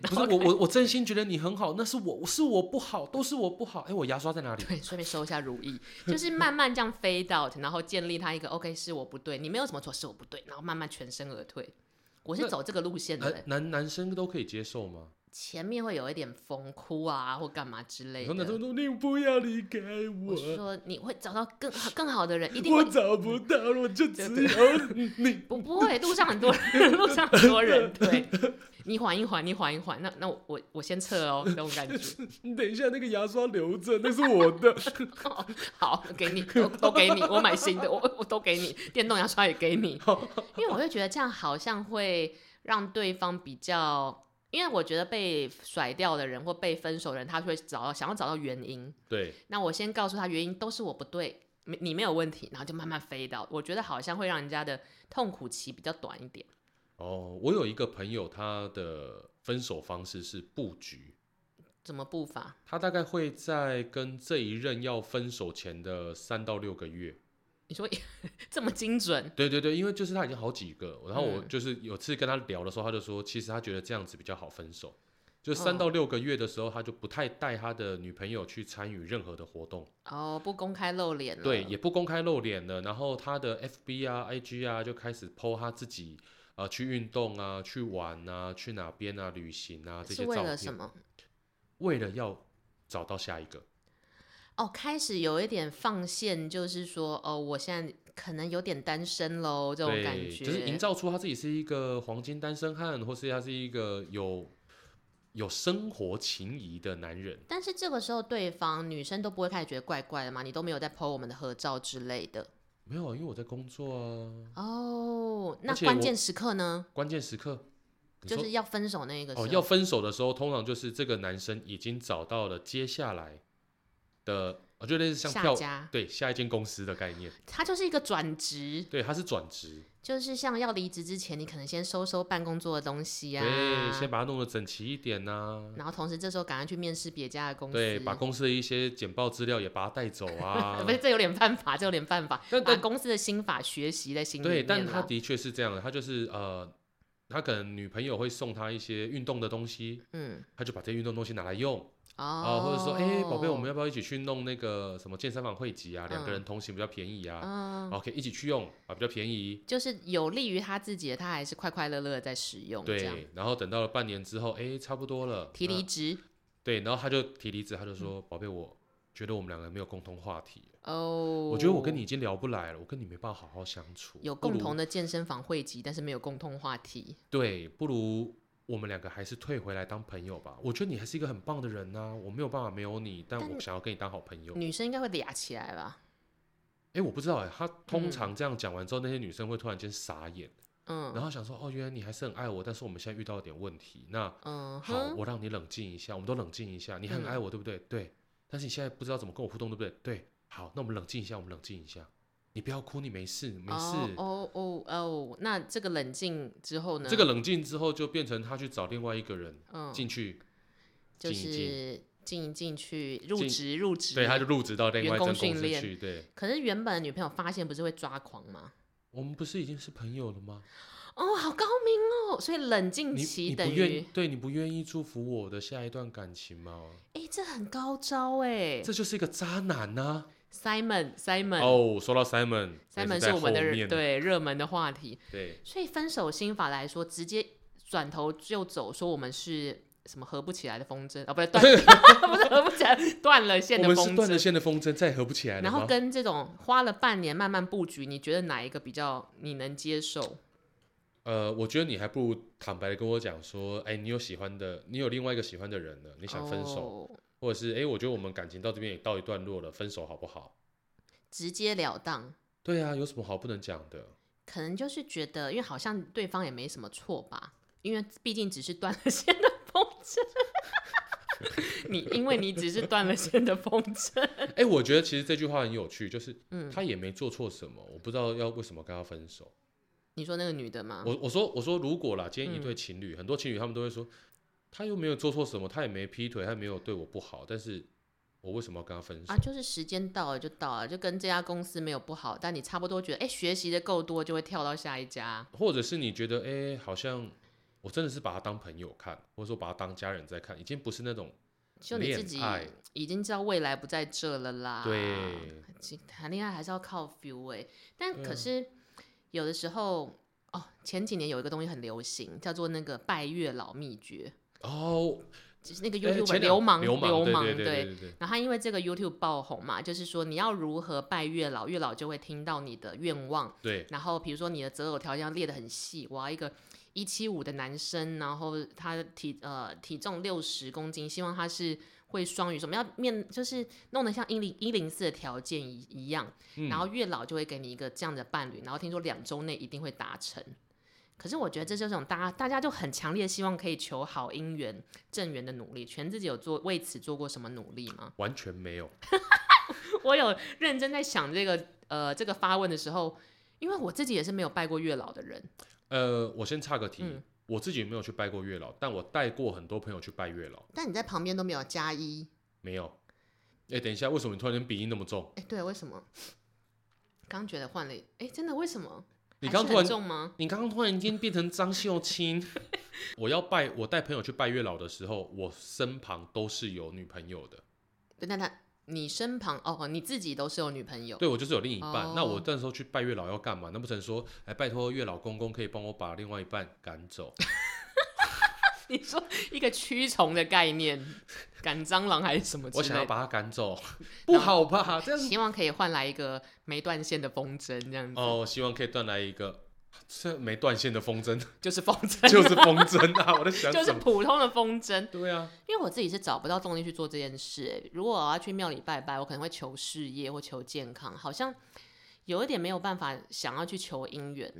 B: 不是我我我真心觉得你很好，那是我我是我不好，都是我不好。哎、我牙刷在哪里？
A: 对，顺便收一下如意，就是慢慢这样飞到，然后建立他一个 OK 是我不对，你没有什么错是我不对，然后慢慢全身而退。我是
B: 那呃
A: 走这个路线的
B: 男
A: 人，
B: 男男生都可以接受吗？
A: 前面会有一点疯哭啊或干嘛之类
B: 你说男
A: 的。
B: 生说你不要离开
A: 我
B: 我，
A: 说你会找到更好更好的人，一定
B: 我
A: 会
B: 找不到了，我就只
A: 对
B: 有你。
A: 不不会，路上很多人， 路上很多人，对，你缓一缓，你缓一缓，那那我我我先撤哦，这种感觉。
B: 你等一下，那个牙刷留着，那是我的。
A: 哦， 好，我给你，都都给你，我买新的，我我都给你，电动牙刷也给 你，因为我会觉得这样好像会让对方比较，因为我觉得被甩掉的人或被分手的人，他会找到想要找到原因，
B: 对，
A: 那我先告诉他原因都是我不对，没你没有问题，然后就慢慢飞到，我觉得好像会让人家的痛苦期比较短一点，
B: 哦，我有一个朋友，他的分手方式是布局，
A: 怎么步伐？
B: 他大概会在跟这一任要分手前的三到六个月。
A: 你说 这么精准，
B: 对对对，因为就是他已经好几个，然后我
A: 嗯
B: 就是有次跟他聊的时候，他就说，其实他觉得这样子比较好分手。就
A: 哦
B: 三到六个月的时候，他就不太带他的女朋友去参与任何的活动，
A: 哦，不公开露脸了，
B: 对，啊也不公开露脸了。然后他的 FB 啊、IG 啊就开始 PO 他自己啊、呃去运动啊、去玩啊、去哪边啊、旅行啊这
A: 是
B: 些
A: 为
B: 照
A: 了什
B: 片，
A: 么？
B: 为了要找到下一个。
A: 哦，开始有一点放线，就是说，哦，我现在可能有点单身喽，这种
B: 对，
A: 感觉，
B: 就是营造出他自己是一个黄金单身汉，或是他是一个有有生活情谊的男人。
A: 但是这个时候，对方女生都不会开始觉得怪怪的嘛？你都没有在 po 我们的合照之类的。
B: 没有，啊，因为我在工作啊。
A: 哦，那
B: 而且
A: 关
B: 我
A: 键时刻呢，
B: 关键时刻，你
A: 就
B: 说
A: 是要分手那个时候。
B: 哦，要分手的时候，通常就是这个男生已经找到了接下来的，我觉得类似像
A: 下
B: 跳
A: 家，
B: 对下一间公司的概念。
A: 他就是一个转职，
B: 对，他是转职，
A: 就是像要离职之前，你可能先收收办公桌的东西啊，
B: 对，先把它弄得整齐一点呐、
A: 然后同时这时候赶快去面试别家的公司，
B: 对，把公司的一些简报资料也把它带走啊
A: 不。是这有点犯法，这有点犯 法，
B: 但
A: 把
B: 但
A: 公司的心法学习在心里
B: 对，
A: 面
B: 但
A: 啦
B: 他的确是这样的，他就是呃，他可能女朋友会送他一些运动的东西，
A: 嗯
B: 他就把这些运动东西拿来用
A: 哦、
B: 啊、或者说，哎、宝贝，我们要不要一起去弄那个什么健身房会籍啊？两个人同行比较便宜啊，
A: 嗯，
B: o k 一起去用啊，比较便宜。
A: 就是有利于他自己的，他还是快快乐乐的在使用，这样
B: 对，然后等到了半年之后，哎、差不多了，
A: 提离
B: 那
A: 职
B: 对，然后他就提离职，他就说，宝贝、我觉得我们两个没有共同话题，
A: 哦。
B: 我觉得我跟你已经聊不来了，我跟你没办法好好相处，
A: 有
B: 不
A: 共
B: 如
A: 同的健身房汇集，但是没有共同话题。
B: 对，不如我们两个还是退回来当朋友吧。我觉得你还是一个很棒的人呐、我没有办法没有你，但
A: 但
B: 我想要跟你当好朋友。
A: 女生应该会嗲起来吧？
B: 哎，我不知道哎，他通
A: 嗯
B: 常这样讲完之后，那些女生会突然间傻眼，
A: 嗯
B: 然后想说，哦，原来你还是很爱我，但是我们现在遇到了点问题。那
A: 嗯
B: 好，
A: 哼，
B: 我让你冷静一下，我们都冷静一下。你
A: 嗯
B: 很爱我，对不对？对。但是你现在不知道怎么跟我互动，对不对？对。好，那我们冷静一下，我们冷静一下。你不要哭，你没事，没事。
A: 哦哦哦哦，那这个冷静之后呢？
B: 这个冷静之后，就变成他去找另外一个人
A: 哦嗯，
B: 进去，
A: 就
B: 静一
A: 是进进去入
B: 进
A: 职入职，
B: 对，他就入职到另
A: 员
B: 外一
A: 工
B: 间公
A: 训
B: 司
A: 练
B: 去，对。
A: 可是原本的女朋友发现不是会抓狂吗？
B: 我们不是已经是朋友了吗？
A: 哦，好高明哦！所以冷静
B: 你
A: 期
B: 你不
A: 等
B: 愿
A: 于，
B: 对你不愿意祝福我的下一段感情吗？
A: 哎、这很高招哎。
B: 这就是一个渣男呐、
A: Simon Simon、
B: 哦，说到 Simon，那
A: Simon
B: 在
A: 是我们的
B: 后
A: 热
B: 面
A: 对热门的话题。
B: 对
A: 所以分手心法来说，直接转头就走，说我们是什么合不起来的风筝啊，不是 断，不是合不起来，断了线的
B: 我们
A: 风
B: 是断
A: 筝。
B: 了线的风筝，再也合不起来了
A: 然后
B: 吗？
A: 跟这种花了半年慢慢布局，你觉得哪一个比较你能接受？
B: 呃，我觉得你还不如坦白的跟我讲说，哎，你有喜欢的，你有另外一个喜欢的人了，你
A: 你
B: 想分手，
A: 哦、
B: 或者是哎，我觉得我们感情到这边也到一段落了，分手好不好？
A: 直截了当，
B: 对啊，有什么好不能讲的？
A: 可能就是觉得，因为好像对方也没什么错吧，因为毕竟只是断了线的风筝。 你因为你只是断了线的风筝，
B: 哎，我觉得其实这句话很有趣，就是
A: 嗯，
B: 他也没做错什么，我不知道要为什么跟他分手。
A: 你说那个女的吗？
B: 我我说我说如果啦，今天一
A: 啊嗯
B: 对情侣，很多情侣他们都会说，他又没有做错什么，他也没劈腿，他也没有对我不好，但是我为什么要跟他分手？
A: 啊，就是时间到了就到了，就跟这家公司没有不好，但你差不多觉得，哎、学习的够多，就会跳到下一家。
B: 或者是你觉得，哎、好像我真的是把他当朋友看，或者说把他当家人在看，已经不是那种
A: 就你自己啊
B: 恋爱
A: 已经知道未来不在这了啦。
B: 对，
A: 其，谈恋爱还是要靠 feel 哎、但
B: 对
A: 可
B: 啊
A: 是有的时候，哦，前几年有一个东西很流行，叫做那个拜月老秘诀，
B: 哦，
A: 就是那个
B: 哎
A: YouTube、
B: 前两
A: 流氓
B: 流
A: 流氓
B: 对对对对对，
A: 然后他因为这个 YouTube 爆红嘛，就是说你要如何拜月老，月老就会听到你的愿望，
B: 对
A: 然后比如说你的择偶条件要列得很细，我要一个一七五的男生，然后他的体呃体重六十公斤，希望他是会双语，什么要面就是弄得像一零一零四的条件一一样，
B: 嗯
A: 然后月老就会给你一个这样的伴侣，然后听说两周内一定会达成。可是我觉得这就是种大家大家就很强烈地希望可以求好姻缘正缘的努力，全自己有做为此做过什么努力吗？
B: 完全没有，
A: 我有认真在想这个呃这个发问的时候，因为我自己也是没有拜过月老的人，
B: 呃，我先岔个题。
A: 嗯
B: 我自己没有去拜过月老，但我带过很多朋友去拜月老，
A: 但你在旁边都没有加一，
B: 没有。哎、等一下，为什么你突然间鼻音那么重？
A: 哎，对，为什么？刚觉得换了，哎，真的为什么？
B: 你
A: 还
B: 刚
A: 是
B: 突
A: 很
B: 然
A: 重吗？
B: 你刚刚突然间变成张秀 清。我要拜，我带朋友去拜月老的时候，我身旁都是有女朋友的，
A: 对，但他你身旁哦，你自己都是有女朋友，
B: 对我就是有另一半。
A: 哦
B: 那我那时候去拜月老要干嘛？那不成说，哎，拜托月老公公可以帮我把另外一半赶走？
A: 你说一个驱虫的概念， 赶蟑螂还是什么之
B: 我
A: 类的？
B: 想要把他赶 走，不好吧？这样
A: 希望可以换来一个没断线的风筝，这样子、
B: 哦，希望可以断来一个 这没断线的风筝，
A: 就是风筝，
B: 就是风筝啊！我在想
A: 就是
B: 什么？
A: 普通的风筝。
B: 对啊，
A: 因为我自己是找不到动力去做这件事、欸。如果我要去庙里拜拜，我可能会求事业或求健康，好像有一点没有办法想要去求姻缘。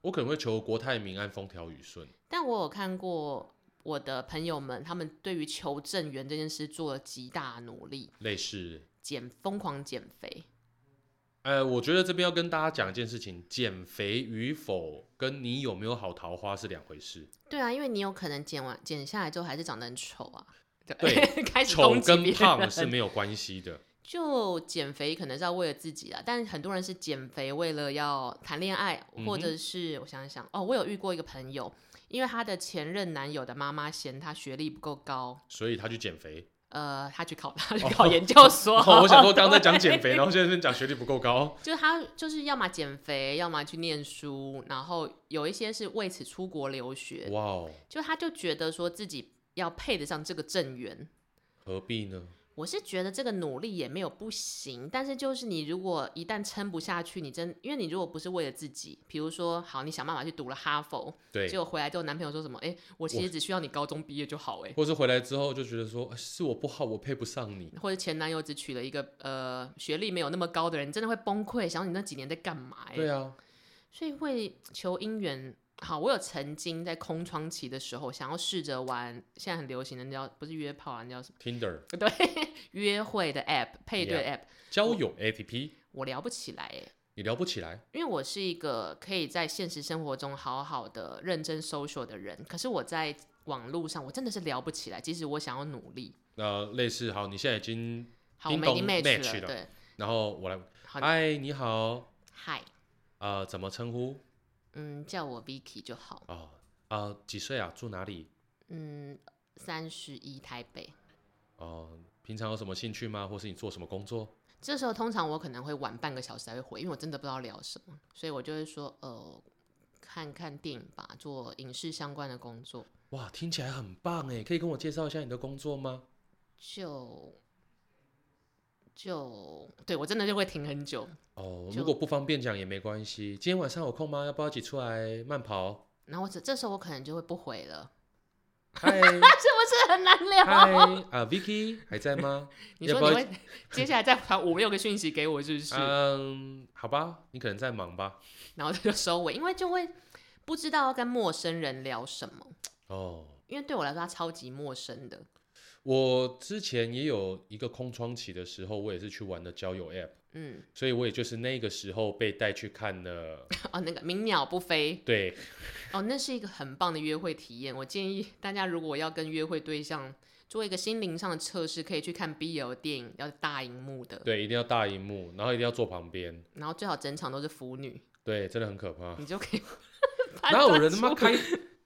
B: 我可能会求国泰民安、风调雨顺。
A: 但我有看过我的朋友们，他们对于求正缘这件事做了极大努力，
B: 类似，
A: 减疯狂减肥。
B: 呃，我觉得这边要跟大家讲一件事情：减肥与否跟你有没有好桃花是两回事。
A: 对啊，因为你有可能减完减下来之后还是长得很丑啊。
B: 对，
A: 开始
B: 丑
A: 攻击
B: 跟
A: 别
B: 胖
A: 人
B: 是没有关系的。
A: 就减肥可能是要为了自己啊，但很多人是减肥为了要谈恋爱，
B: 嗯哼
A: 或者是我想想哦，我有遇过一个朋友，因为她的前任男友的妈妈嫌她学历不够高，
B: 所以他去减肥。
A: 呃，她去考她去考研究所。
B: 哦，我 想说，刚刚在讲减肥，然后现在在讲学历不够高。
A: 就是她就是要么减肥，要么去念书，然后有一些是为此出国留学，
B: 哇哦，
A: 就她就觉得说自己要配得上这个正缘，
B: 何必呢？
A: 我是觉得这个努力也没有不行，但是就是你如果一旦撑不下去，你真因为你如果不是为了自己，比如说好，你想办法去读了哈佛，
B: 对
A: 结，果回来之后男朋友说什么？哎、我其实只需要你高中毕业就好、哎，
B: 或是回来之后就觉得说，哎是我不好，我配不上你。
A: 或者前男友只娶了一个呃学历没有那么高的人，你真的会崩溃，想你那几年在干嘛、哎，
B: 对啊，
A: 所以会求姻缘。好，我有曾经在空窗期的时候，想要试着玩现在很流行的那叫不是约炮啊，那叫什么？
B: Tinder
A: 对，约会的 app 配对 app，、
B: 交友 APP，
A: 我聊不起来、哎。
B: 你聊不起来。
A: 因为我是一个可以在现实生活中好好的认真 social 的人，可是我在网络上我真的是聊不起来，即使我想要努力。
B: 那、类似好，你现在已经，
A: 好，我
B: 叮
A: 们已
B: 咚
A: 经 match 啊
B: match 了
A: 对，
B: 然后我来，
A: 好，
B: 哎嗨，你好，
A: 嗨，
B: 呃，怎么称呼？
A: 嗯，叫我 Vicky 就好。
B: 哦，呃，几岁啊？住哪里？
A: 嗯，三十一台北。
B: 哦、平常有什么兴趣吗？或是你做什么工作？
A: 这时候通常我可能会晚半个小时才会回，因为我真的不知道聊什么，所以我就会说，呃，看看电影吧，做影视相关的工作。
B: 哇，听起来很棒哎，可以跟我介绍一下你的工作吗？
A: 就就对我真的就会停很久，
B: 哦，
A: 就
B: 如果不方便讲也没关系。今天晚上有空吗？要不要一起出来慢跑？
A: 然后我这这时候我可能就会不回了，
B: 嗨
A: 是不是很难
B: 嗨
A: 聊？
B: 啊，Vicky 还在吗？
A: 你
B: 要
A: 说
B: 不
A: 你
B: 要
A: 会 接下来再传五六个讯息给我， 是不是？
B: 嗯，好吧，你可能在忙吧。
A: 然后他就收尾，因为就会不知道要跟陌生人聊什么，
B: 哦，
A: 因为对我来说他超级陌生的。
B: 我之前也有一个空窗期的时候，我也是去玩的交友 App，
A: 嗯，
B: 所以我也就是那个时候被带去看了。
A: 哦，那个鸣鸟不飞，
B: 对，
A: 哦，那是一个很棒的约会体验。我建议大家，如果要跟约会对象做一个心灵上的测试，可以去看 BL 电影，要大荧幕的，
B: 对，一定要大荧幕，然后一定要坐旁边。
A: 然后最好整场都是腐女，
B: 对，真的很 可怕。
A: 你就可以判
B: 哦哪有
A: 断
B: 人他妈
A: 出
B: 开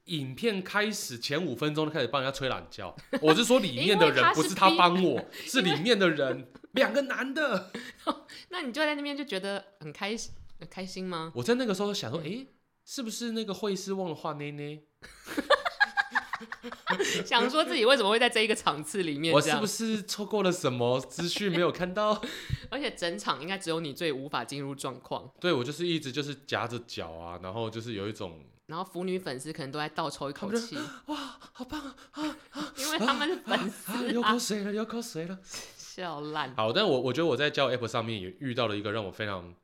B: 影片开始前五分钟就开始帮人家吹懒觉？我是说里面的
A: 因为
B: 人
A: 他，
B: 不
A: 是
B: 是他
A: 逼
B: 帮我，是里面的人， 两个男的。
A: 那你就在那边就觉得很开心，很开心吗？
B: 我在那个时候想说，诶，是不是那个会师忘了画内内？
A: 想说自己为什么会在这一个场次里面
B: 我
A: 这
B: 是
A: 样
B: 不，是错过了什么资讯没有看到？
A: 而且整场应该只有你最无法进入状况，
B: 对我就是一直就是夹着脚啊，然后就是有一种
A: 然后腐女粉丝可能都在倒抽一口
B: 他们
A: 气，
B: 哇，好棒啊
A: 因为他们是粉丝
B: 啊，流口水了，流口水了。
A: 笑烂。
B: 好，但我我觉得我在交友 App 上面也遇到了一个让我非常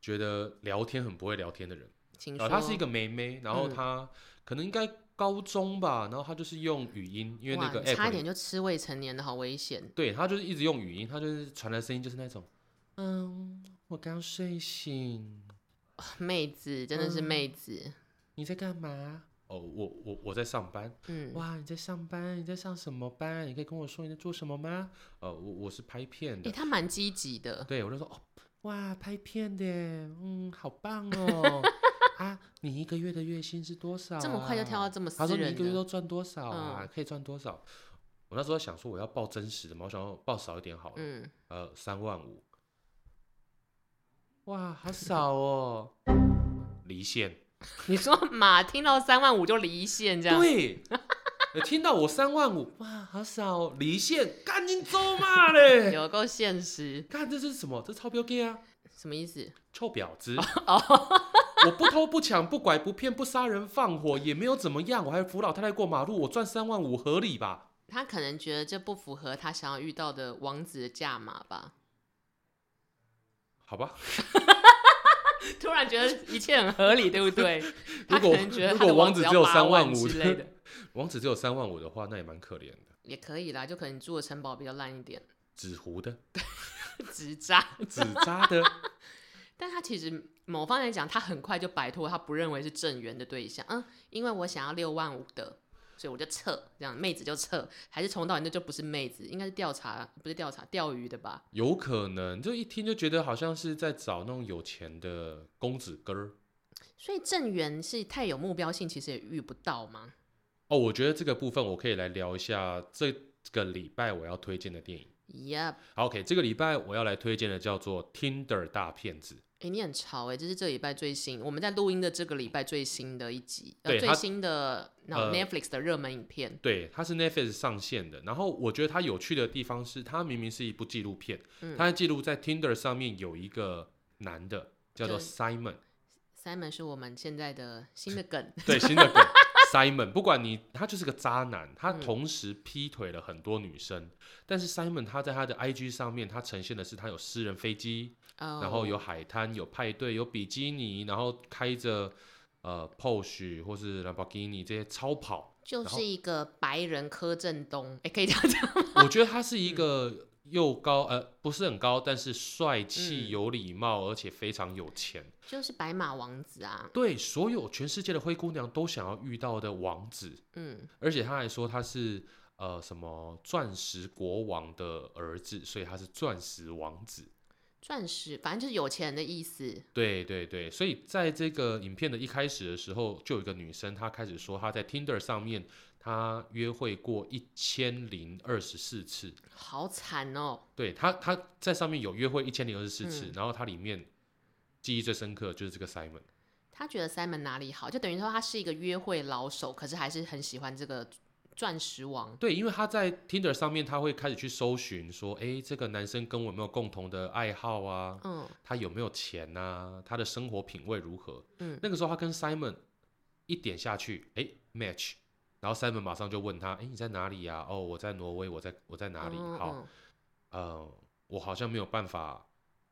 B: 觉得聊天很不会聊天的人。
A: 请
B: 呃，
A: 说，
B: 她是一个妹妹，然后
A: 嗯
B: 她可能应该高中吧，然后她就是用语音，因为那
A: 哇
B: 个
A: 你
B: app
A: 差一
B: 里
A: 点就吃未成年的好危险。
B: 对她就是一直用语音，她就是传来声音就是那种，嗯，我刚睡醒，
A: 妹子真的是
B: 嗯
A: 妹子，
B: 你在干嘛？哦，我我我在上班。
A: 嗯，
B: 哇，你在上班？你在上什么班？你可以跟我说你在做什么吗？呃，我我是拍片
A: 诶，
B: 的。
A: 她蛮积极的，
B: 对，我就说哦，哇，拍片的耶，嗯，好棒哦。 啊，你一个月的月薪是多少、啊？
A: 这么快就跳到这么
B: 他
A: 私
B: 说你一
A: 人
B: 个月
A: 的，
B: 都赚多少啊？
A: 嗯
B: 可以赚多少？我那时候想说我要报真实的嘛，我想要报少一点好了，
A: 嗯，
B: 呃，三万五。哇， 好少哦，离线。
A: 你说马听到三万五就离线这样，
B: 对，呃听到我三万五，哇，好少、哦，离线，赶紧走嘛嘞！
A: 有够现实，
B: 看这是什么？这超标 gay 啊，
A: 什么意思？
B: 臭婊子！ 我不偷不抢不拐不骗不杀人放火也没有怎么样，我还扶老太太过马路，我赚三万五合理吧？
A: 他可能觉得这不符合他想要遇到的王子的价码吧，
B: 好吧。
A: 突然觉得一切很合理，对不对？他
B: 如
A: 可
B: 果
A: 能觉得
B: 如
A: 他的
B: 果王
A: 子
B: 子
A: 要
B: 只有
A: 八万
B: 三万五
A: 之类的，，
B: 王子只有三万五的话，那也蛮可怜的，
A: 也可以啦，就可能住的城堡比较烂一点，
B: 纸糊的、
A: 直渣，
B: 纸扎的，
A: 但他其实某方面来讲，他很快就摆脱他不认为是正缘的对象。嗯，因为我想要六万五的，所以我就撤，这样妹子就撤，还是从到你那就不是妹子，应该是调查，不是调查钓鱼的吧？
B: 有可能就一听就觉得好像是在找那种有钱的公子哥儿。
A: 所以正缘是太有目标性，其实也遇不到嘛。
B: 哦，我觉得这个部分我可以来聊一下这个礼拜我要推荐的电影。
A: Yep，
B: 好，OK，这个礼拜我要来推荐的叫做《Tinder 大骗子》。
A: 哎、你很潮哎、这是这礼拜最新，我们在录音的这个礼拜最新的一集，呃，
B: 对
A: 最
B: 它
A: 新的那种
B: 呃
A: Netflix 的热门影片，
B: 对，它是 Netflix 上线的。然后我觉得它有趣的地方是，它明明是一部纪录片，
A: 嗯
B: 它的记录在 Tinder 上面有一个男的叫做
A: 就
B: Simon。
A: Simon 是我们现在的新的梗，
B: 对，新的梗 Simon，不管你，他就是个渣男，他
A: 嗯
B: 同时劈腿了很多女生，但是 Simon 他在他的 IG 上面，他呈现的是他有私人飞机，
A: 哦
B: 然后有海滩，有派对，有比基尼，然后开着呃 Porsche 或是 Lamborghini 这些超跑，
A: 就
B: 然后
A: 是一个白人柯震东，哎、可以这样讲，
B: 我觉得他是一个又高呃不是很高，但是帅气、
A: 嗯
B: 有礼貌，而且非常有钱，
A: 就是白马王子啊，
B: 对所有全世界的灰姑娘都想要遇到的王子。
A: 嗯，
B: 而且他还说他是呃什么钻石国王的儿子，所以他是钻石王子。
A: 钻石，反正就是有钱人的意思。
B: 对对对，所以在这个影片的一开始的时候，就有一个女生，她开始说她在 Tinder 上面，她约会过一千零二十四次。
A: 好惨哦，
B: 对她，她在上面有约会一千零二十四次，
A: 嗯
B: 然后她里面记忆最深刻就是这个 Simon。
A: 他觉得 Simon 哪里好，就等于说他是一个约会老手，可是还是很喜欢这个钻石王。
B: 对，因为她在 Tinder 上面，她会开始去搜寻说，诶，这个男生跟我有没有共同的爱好啊？
A: 嗯，
B: 他有没有钱呐、他的生活品味如何？
A: 嗯
B: 那个时候他跟 Simon 一点下去，哎，match，然后 Simon 马上就问他，哎，你在哪里呀、哦，我在挪威，我在我在哪里？
A: 嗯
B: 好，
A: 嗯
B: 呃，我好像没有办法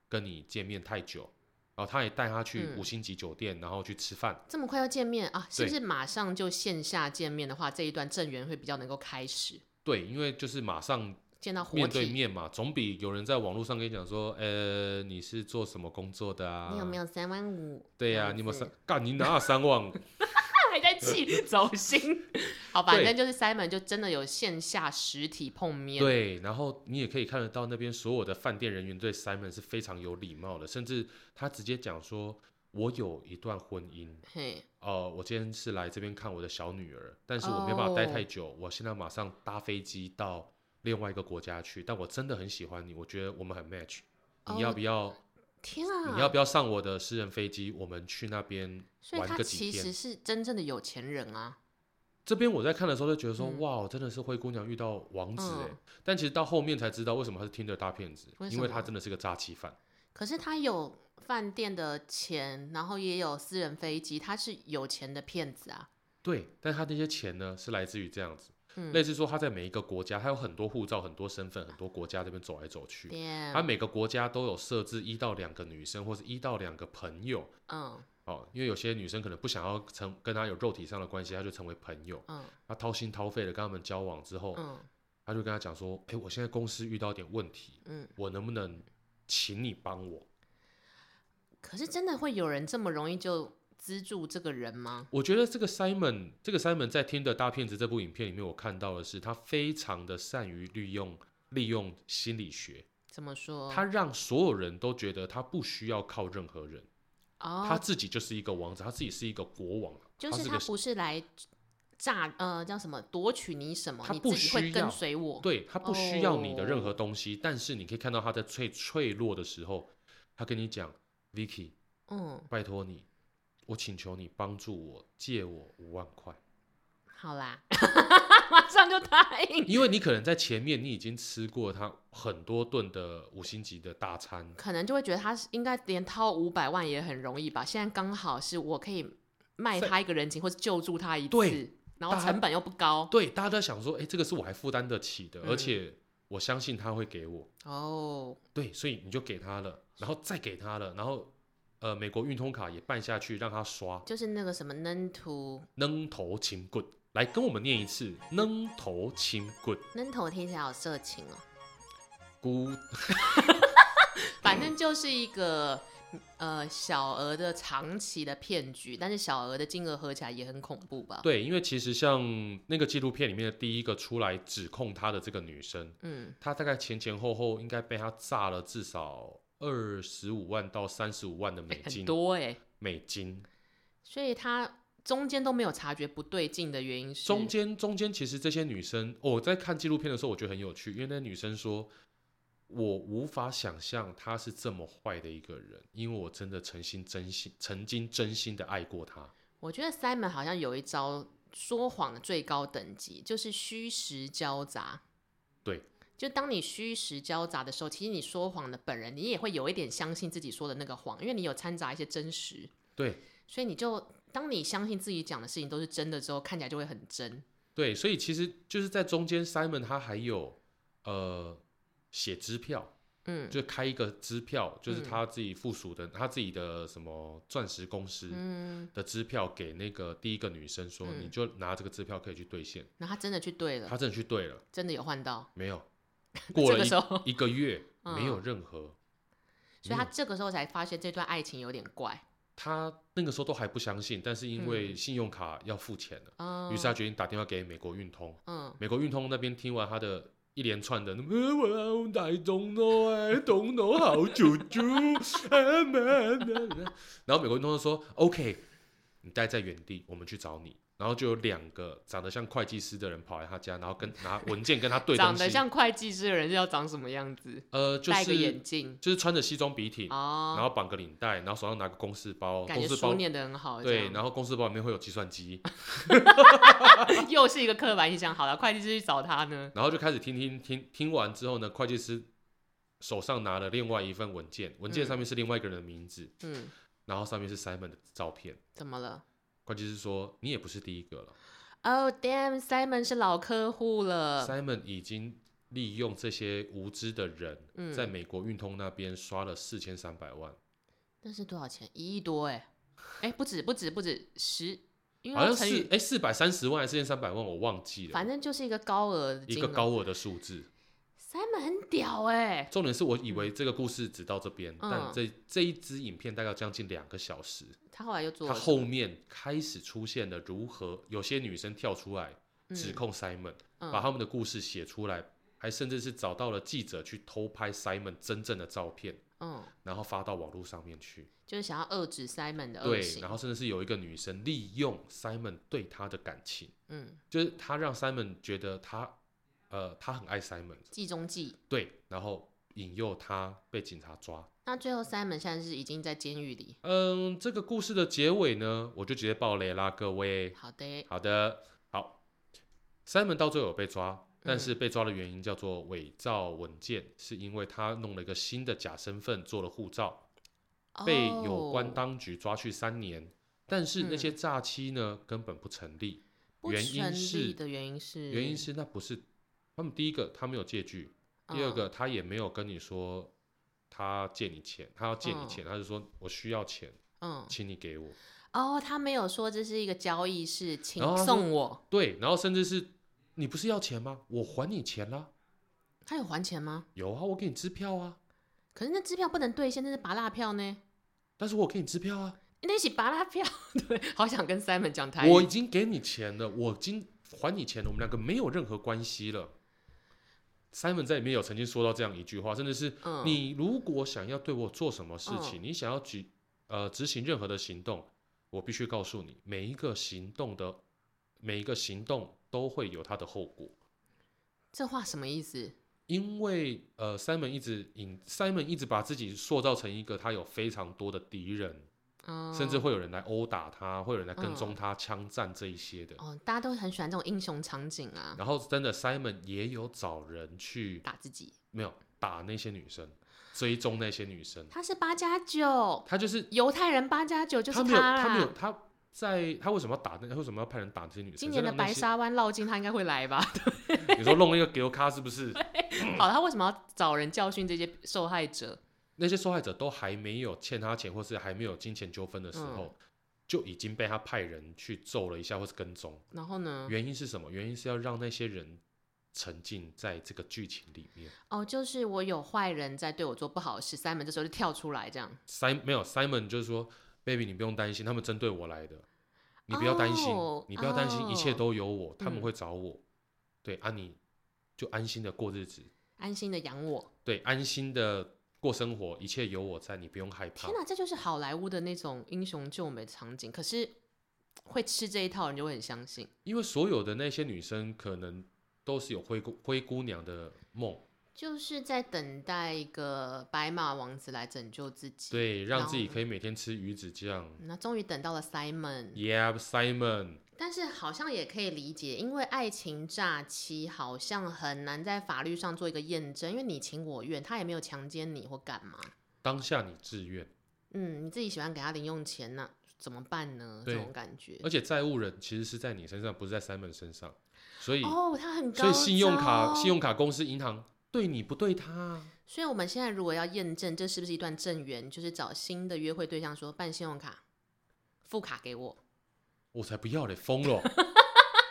B: 跟你见面太久。然后他也带他去
A: 嗯
B: 五星级酒店，然后去吃饭。
A: 这么快要见面啊？是不
B: 对
A: 是马上就线下见面的话，这一段正缘会比较能够开始
B: 对，因为就是马上
A: 见到活体？
B: 面对面嘛，总比有人在网络上跟你讲说，呃，你是做什么工作的啊？
A: 你有没
B: 有？
A: 有三万五？
B: 啊对呀、
A: 这样
B: 你有没有
A: 子
B: 三？干，你哪有三 万？
A: 还在 气走心。好，反
B: 对
A: 正就是 Simon 就真的有线下实体碰面。，
B: 对，然后你也可以看得到那边所有的饭店人员对 Simon 是非常有礼貌的，甚至他直接讲说：“我有一段婚姻，
A: 嘿，
B: 呃，我今天是来这边看我的小女儿，但是我没办法待太
A: 哦
B: 久，我现在马上搭飞机到另外一个国家去，但我真的很喜欢你，我觉得我们很 match。”你要
A: 哦
B: 不要
A: 天啊！
B: 你要不要上我的私人飞机？我们去那边
A: 所以
B: 玩
A: 他
B: 个
A: 其
B: 几天
A: 实。是真正的有钱人啊。
B: 这边我在看的时候就觉得说，
A: 嗯
B: 哇，真的是灰姑娘遇到王子哎、
A: 嗯
B: 但其实到后面才知道为什么他是 Tinder 大骗子，
A: 为什
B: 因为
A: 么
B: 他真的是个诈欺犯。
A: 可是他有饭店的钱，然后也有私人飞机，他是有钱的骗子啊。
B: 对，但他那些钱呢，是来自于这样子，
A: 嗯
B: 类似说他在每一个国家，他有很多护照、很多身份、很多国家这边走来走去，他
A: ，damn，嗯
B: 每个国家都有设置一到两个女生，或是一到两个朋友
A: 嗯
B: 哦，因为有些女生可能不想要成跟他有肉体上的关系，他就成为朋友，
A: 嗯
B: 他掏心掏肺的跟他们交往之后，
A: 嗯
B: 他就跟他讲说，哎，我现在公司遇到点问题，
A: 嗯。
B: 我能不能请你帮我？
A: 可是真的会有人这么容易就资助这个人吗？
B: 我觉得这个 Simon，这个 Simon 在《听的大骗子》这部影片里面，我看到的是他非常的善于利用利用心理学，
A: 怎么说？
B: 他让所有人都觉得他不需要靠任何人，他
A: 哦，
B: 自己就是一个王子，他自己是一个国王，啊
A: 就
B: 他
A: 是
B: 是
A: 他
B: 个
A: 不是来诈呃叫什么夺取你什么，
B: 他
A: 你
B: 不
A: 自己会
B: 需
A: 跟
B: 要
A: 随我。
B: 对他不需要你
A: 哦
B: 的任何东西，但是你可以看到他在最脆弱的时候，他跟你讲，Vicky，
A: 嗯，
B: 拜托你，我请求你帮助我，借我五万块。
A: 好啦， 马上就答应。
B: 因为你可能在前面你已经吃过他很多顿的五星级的大餐，
A: 可能就会觉得他是应该连掏五百万也很容易吧。现在刚好是我可以卖
B: 在
A: 他一个人情，或是救助他一次
B: 对，
A: 然后
B: 大家
A: 成本又不高
B: 对，大家都在想说，哎，这个是我还负担得起的，
A: 嗯
B: 而且我相信他会给我，
A: 哦。
B: 对，所以你就给他了，然后再给他了，然后呃，美国运通卡也办下去让他刷，
A: 就是那个什么能图
B: 扔头擒棍，来跟我们念一次，扔头擒棍，
A: 能头听起来好色情哦，
B: 孤
A: 反正就是一个呃小额的长期的骗局，但是小额的金额合起来也很恐怖吧？
B: 对，因为其实像那个纪录片里面的第一个出来指控他的这个女生，
A: 嗯，
B: 他大概前前后后应该被他炸了至少二十五万到三十五万的美
A: 欸很
B: 金，
A: 多哎、
B: 美金。
A: 所以他中间都没有察觉不对劲的原因是
B: 中间中间其实这些女生，哦我在看纪录片的时候我觉得很有趣，因为那女生说，我无法想象他是这么坏的一个人，因为我真的诚心真心曾经真心的爱过他。
A: 我觉得 Simon 好像有一招说谎的最高等级，就是虚实交杂。
B: 对，
A: 就当你虚实交杂的时候，其实你说谎的本人，你也会有一点相信自己说的那个谎，因为你有掺杂一些真实，
B: 对
A: 所以你就当你相信自己讲的事情都是真的之后，看起来就会很真。
B: 对，所以其实就是在中间，Simon 他还有呃写支票，
A: 嗯
B: 就开一个支票，就是
A: 嗯
B: 他自己附属的、他自己的什么钻石公司
A: 嗯，
B: 的支票给那个第一个女生说，
A: 嗯
B: 你就拿这个支票可以去兑现。
A: 然后他真的去对了，
B: 他真的去兑了，
A: 真的有换到，？
B: 没有
A: 这
B: 过了
A: 个
B: 一
A: 时候
B: 一个月，
A: 嗯
B: 没有任何。
A: 所以他
B: 没有
A: 这个时候才发现这段爱情有点怪。
B: 他那个时候都还不相信，但是因为
A: 嗯
B: 信用卡要付钱了，
A: 嗯，
B: 于是他决定打电话给美国运通。
A: 嗯
B: 美国运通那边听完他的一连串的嗯，I don't know, I don't know how to 哎 do，然后美国运动就说 OK，你待在原地，我们去找你。然后就有两个长得像会计师的人跑来他家，然后跟拿文件跟他对东
A: 长
B: 西，
A: 得像会计师的人要长什么样子？
B: 呃，就
A: 戴个
B: 是
A: 眼镜
B: 就是穿着西装笔挺，然
A: 哦，
B: 后绑个领带，然后手上拿个公事包，
A: 感
B: 公
A: 觉
B: 事
A: 书
B: 包
A: 念得很好。
B: 对，然后公事包里面会有计算机，
A: 后 又是一个刻板印象。好了，会计师去找他呢。
B: 然后就开始听听听听完之后呢，会计师手上拿了另外一份文件，文件
A: 嗯
B: 上面是另外一个人的名字，
A: 嗯，
B: 然后上面是 Simon 的照片。
A: 怎么了
B: 会计师说你也不是第一个了、
A: ？Oh damn, Simon 是老客户了
B: s。i m o n 已经利用这些无知的人，
A: 嗯
B: 在美国运通那边刷了四千三百万，
A: 那是多少钱？一亿多哎、哎、不止不止不止十，因为
B: 好
A: 它
B: 像
A: 乘
B: 是
A: 以，
B: 哎四百三十万还是四千三百万，我忘记了
A: 反，正就是一个高额的
B: 一
A: 金
B: 个
A: 额。
B: 高额的数字。
A: Simon 很屌哎、
B: 重点是我以为这个故事只到这边，
A: 嗯
B: 但这这一支影片大概将近两个小时，
A: 他后来又做
B: 它
A: 了
B: 后面开始出现了如何有些女生跳出来指控 Simon，、
A: 嗯
B: 把他们的故事写出来，还甚至是找到了记者去偷拍 Simon 真正的照片，
A: 嗯，
B: 然后发到网络上面去。
A: 就是想要遏制 Simon 的恶
B: 对，
A: 行
B: 然。后甚至是有一个女生利用 Simon 对她的感情，
A: 嗯，
B: 就是她让 Simon 觉得她，呃，她很爱 Simon，
A: 计中计。
B: 对，然后引诱他被警察抓。
A: 那最后 Simon 现在是已经在监狱里。
B: 嗯，这个故事的结尾呢，我就直接爆雷啦，各位。
A: 好的，
B: 好的，好，Simon 到最后有被抓，但是被抓的原因叫做伪造文件，是因为他弄了一个新的假身份做了护照，被有关
A: 哦、
B: 当局抓去三年。但是那些诈欺呢，根本不成立，
A: 不
B: 原因
A: 成
B: 是
A: 立的原因是
B: 原因是那不是他们第一个他没有借据，第二个，他也没有跟你说他借你钱，他要借你
A: 嗯
B: 钱，他就说我需要钱，
A: 嗯，
B: 请你给我。
A: 嗯哦，他没有说这是一个交易，是请
B: 然后哦他说
A: 送我。
B: 对，然后甚至是你不是要钱吗？我还你钱啦，
A: 他有还钱吗？
B: 有啊，我给你支票啊，
A: 可是那支票不能兑现，那是拔蜡票呢。
B: 但是我给你支票啊，
A: 那起拔拉票， 对，好想跟 Simon 讲台语。
B: 我已经给你钱了，我已经还你钱了，我们两个没有任何关系了。Simon 在里面有曾经说到这样一句话，甚至是
A: 嗯，
B: 你如果想要对我做什么事情，
A: 嗯
B: 你想要举呃执行任何的行动，我必须告诉你，每一个行动的每一个行动都会有它的后果。
A: 这话什么意思？
B: 因为呃，Simon 一直引 Simon 一直把自己塑造成一个他有非常多的敌人，
A: 嗯，
B: 甚至会有人来殴打他，会有人来跟踪
A: 嗯
B: 他、枪战这一些的。
A: 哦，大家都很喜欢这种英雄场景啊，
B: 然后真的 Simon 也有找人去
A: 打自己。
B: 没有打那些女生，追踪那些女生，
A: 他是八加九，
B: 他就是
A: 犹太人八加九就是
B: 他没有，
A: 啦。
B: 他没有，他在他为什么要打那？他为什么要派人打这些女生？
A: 今年的
B: 是让那
A: 白
B: 些，
A: 沙湾绕境，他应该会来 吧？
B: 你说弄一个给我咖是不是？
A: 好，他为什么要找人教训这些受害者？
B: 那些受害者都还没有欠他钱，或是还没有金钱纠纷的时候，
A: 嗯
B: 就已经被他派人去揍了一下，或是跟踪。
A: 然后呢？
B: 原因是什么？原因是要让那些人沉浸在这个剧情里面。
A: 哦，就是我有坏人在对我做不好的事，Simon 这时候就跳出来这样。
B: Simon 没有 Simon 就是说，baby 你不用担心，他们针对我来的，你不要担心
A: 哦
B: 你不要担心
A: 哦
B: 一切都有我，他们
A: 嗯
B: 会找我。对啊，你就安心的过日子。
A: 安心的养我，
B: 对，安心的过生活，一切有我在，你不用害怕
A: 天。哪，这就是好莱坞的那种英雄救美场景。可是会吃这一套的人就会很相信。
B: 因为所有的那些女生可能都是有灰姑灰姑娘的梦，
A: 就是在等待一个白马王子来拯救自己。，
B: 对，让自己
A: 然后
B: 可以每天吃鱼子酱。
A: 那终于等到了 Simon，
B: Yeah, Simon，
A: 但是好像也可以理解，因为爱情诈欺好像很难在法律上做一个验证，因为你情我愿，他也没有强奸你或干嘛。
B: 当下你自愿，
A: 嗯，你自己喜欢给他零用钱呢、怎么办呢？这
B: 对
A: 种感觉。
B: 而且债务人其实是在你身上，不是在 Simon 身上，所以、
A: 哦，他很高
B: 所以信用卡、
A: 招
B: 信用卡公司、银行对你不对他啊，
A: 所以我们现在如果要验证这是不是一段正缘，就是找新的约会对象说办信用卡，副卡给我。
B: 我才不要嘞，疯了，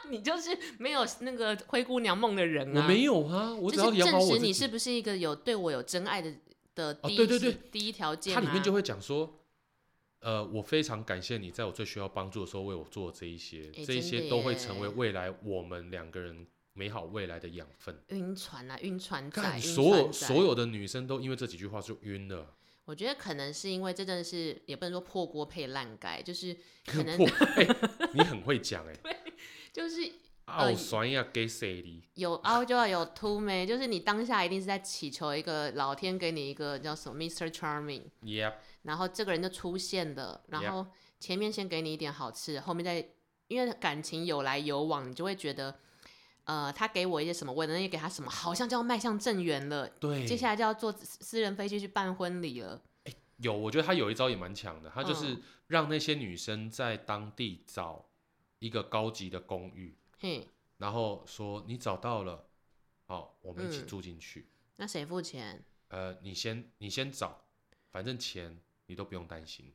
A: 你就是没有那个灰姑娘梦的人
B: 我
A: 啊！
B: 没有啊，我只要
A: 就是
B: 养好
A: 证
B: 我
A: 实
B: 自
A: 你
B: 己。哦
A: 是不是一个有对我有真爱的的第一、
B: 对对对
A: 第一条件、啊，
B: 它里面就会讲说，呃，我非常感谢你在我最需要帮助的时候为我做这一些，
A: 诶
B: 这
A: 真
B: 一
A: 的
B: 些都会
A: 耶
B: 成为未来我们两个人美好未来的养分。
A: 晕船啊，晕船仔，
B: 看，
A: 晕
B: 所有
A: 船仔
B: 所有的女生都因为这几句话就晕了，
A: 我觉得可能是因为这真的是也不能说破锅配烂盖，就是可能
B: 破哎、你很会 讲哎、
A: 就是呃
B: 傲酸呀给谁哩？
A: 有凹就要有凸没，就是你当下一定是在祈求一个老天给你一个叫什么 Mr. Charming，
B: 耶，
A: 然后这个人就出现了，然
B: Yep
A: 后前面先给你一点好吃，后面再因为感情有来有往，你就会觉得。呃，他给我一些什么，我能也给他什么，好像就要迈向正缘了。
B: 对，
A: 接下来就要坐私人飞机去办婚礼了。
B: 有，我觉得他有一招也蛮强的，他就是
A: 嗯
B: 让那些女生在当地找一个高级的公寓，
A: 嘿，
B: 然后说你找到了，好，我们一起
A: 嗯
B: 住进去。
A: 那谁付钱？
B: 呃，你先你先找，反正钱你都不用担心。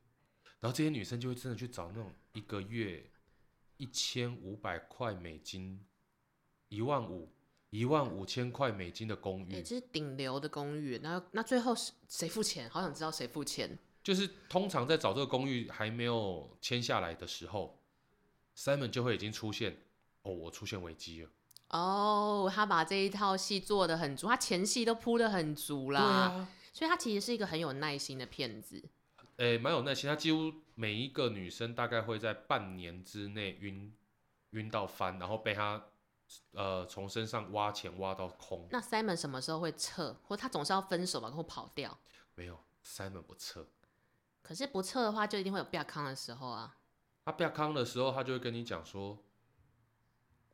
B: 然后这些女生就会真的去找那种一个月一千五百块美金，一万五、一万五千块美金的公
A: 哎、
B: 寓，
A: 这是顶流的公寓，然后那最后是谁付钱？好想知道谁付钱。
B: 就是通常在找这个公寓还没有签下来的时候，Simon 就会已经出现，哦，我出现危机了。
A: 哦、他把这一套戏做的很足，他前戏都铺的很足啦，
B: 对啊，
A: 所以他其实是一个很有耐心的骗子。
B: 诶，蛮有耐心，他几乎每一个女生大概会在半年之内晕晕到翻，然后被他呃从身上挖钱挖到空。
A: 那 Simon 什么时候会撤，或他总是要分手吧，或跑掉？
B: 没有，Simon 不撤，
A: 可是不撤的话，就一定会有不康的时候啊。
B: 他不要康的时候，他就会跟你讲说，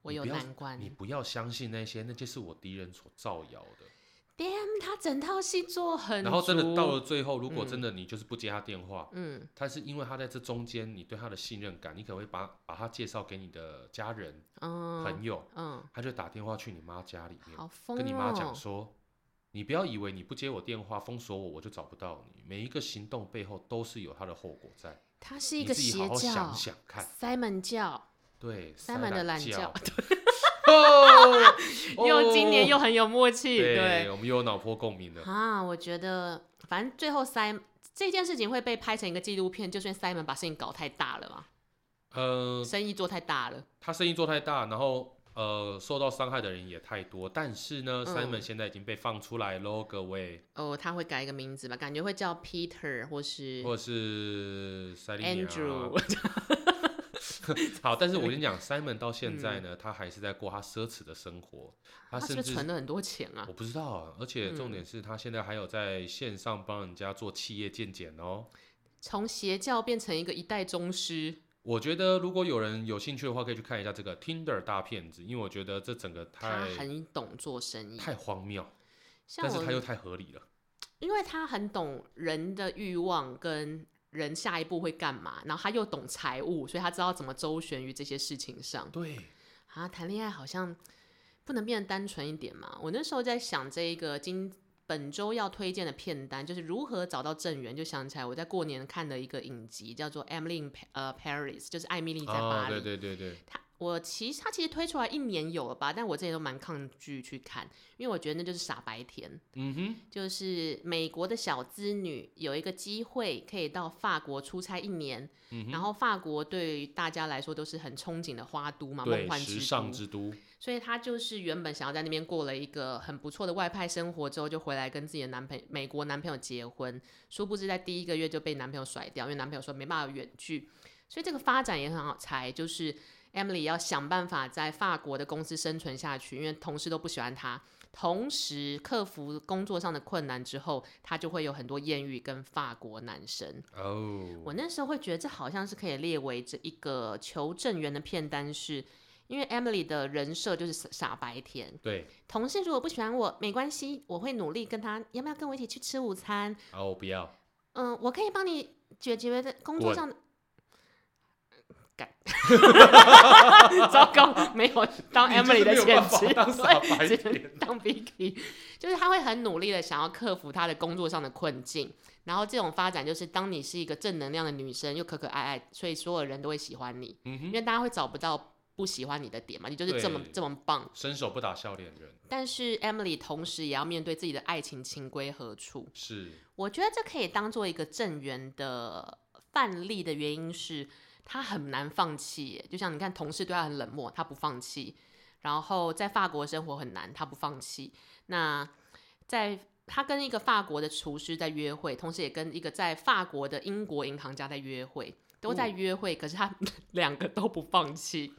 A: 我
B: 你
A: 有
B: 不要
A: 难关
B: 啊你不要相信那些，那些是我敌人所造谣的。
A: ，damn，他嗯整套戏做很足，
B: 然后真的到了，最后，如果
A: 嗯
B: 真的你就是不接他电话，
A: 嗯，
B: 但是因为他在这中间，你对他的信任感，你可能会把把他介绍给你的家人、
A: 嗯，
B: 朋友，
A: 嗯，
B: 他就打电话去你妈家里面，
A: 好疯哦，
B: 跟你妈讲说，你不要以为你不接我电话，封锁我，我就找不到你。每一个行动背后都是有他的后果在，
A: 他是一个
B: 你自己
A: 邪
B: 好好
A: 教
B: 想想看。
A: ，Simon 教
B: 对，塞
A: ，Simon 的
B: 懒
A: 懒 教，，
B: 哦
A: 又今年又
B: 哦
A: 很有默契，
B: 对，我们又有脑波共鸣了。
A: 啊，我觉得反正最后 Simon 这件事情会被拍成一个纪录片，就是因为 Simon 把事情搞太大了嘛，
B: 呃，
A: 生意做太大了，
B: 他生意做太大，然后呃受到伤害的人也太多。但是呢、
A: 嗯
B: s i m o n 现在已经被放出来喽，各位，
A: 哦，他会改一个名字吧，感觉会叫 Peter 或是
B: 或者是塞琳尼
A: 嗯 Andrew，
B: 好，但是我跟 你讲，Simon 到现在呢，他还是在过他奢侈的生活，
A: 嗯
B: 他
A: 啊他是
B: 甚
A: 不是
B: 至
A: 存了很多钱啊嗯
B: 我？不知道啊，而且重点是他现在还有在线上帮人家做企业鉴检哦。
A: 从邪教变成一个一代宗师，
B: 我觉得如果有人有兴趣的话，可以去看一下这个 Tinder 大骗子，因为我觉得这整个
A: 他
B: 太
A: 很懂做生意，
B: 太荒谬，
A: 像
B: 但是
A: 我
B: 他又太合理了。
A: 因为他很懂人的欲望跟人下一步会干嘛，然后他又懂财务，所以他知道怎么周旋于这些事情上。
B: 对，
A: 啊，谈恋爱好像不能变得单纯一点嘛。我那时候在想这一个今本周要推荐的片单，就是如何找到正缘，就想起来我在过年看的一个影集，叫做《Emily in Pa- 呃 Paris》，就是艾米丽在
B: 啊，
A: 巴黎。
B: 对对对对，
A: 他我其实他其实推出来一年有了吧，但我之前都蛮抗拒去看，因为我觉得那就是傻白甜。
B: 嗯哼，
A: 就是美国的小资女有一个机会可以到法国出差一年，
B: 嗯
A: 然后法国对于大家来说都是很憧憬的花都嘛，梦
B: 对，
A: 幻
B: 时
A: 之
B: 尚
A: 都，
B: 之都，
A: 所以她就是原本想要在那边过了一个很不错的外派生活之后，就回来跟自己的男朋美国男朋友结婚，殊不知在第一个月就被男朋友甩掉，因为男朋友说没办法远距，所以这个发展也很好猜，就是。Emily 要想办法在法国的公司生存下去，因为同事都不喜欢她。同时克服工作上的困难之后，她就会有很多艳遇跟法国男生。
B: 哦，
A: 我那时候会觉得这好像是可以列为这一个求证员的片单是，因为 Emily 的人设就是傻傻白甜，
B: 对，
A: 同事如果不喜欢我没关系，我会努力跟他，要不要跟我一起去吃午餐？
B: 哦，不要，
A: 嗯、我可以帮你解决的工作
B: 滚
A: 上的。干 糟糕，没有当
B: 你就是
A: Emily 的
B: 没有
A: 前职，
B: 办法当傻白
A: 只
B: 甜
A: 能当 Vicky，就是他会很努力的想要克服他的工作上的困境，然后这种发展就是当你是一个正能量的女生，又可可爱爱，所以所有人都会喜欢你，
B: 嗯
A: 因
B: 哼，
A: 为大家会找不到不喜欢你的点嘛，你就是这么
B: 对
A: 这么棒。
B: 伸手不打笑脸人，
A: 但是 Emily 同时也要面对自己的爱情情归何处，
B: 是
A: 我觉得这可以当做一个正缘的范例的原因是，他很难放弃耶。就像你看，同事对他很冷漠，他不放弃。然后在法国生活很难，他不放弃。那在他跟一个法国的厨师在约会，同时也跟一个在法国的英国银行家在约会，都在约会，可是他 两个都不放弃，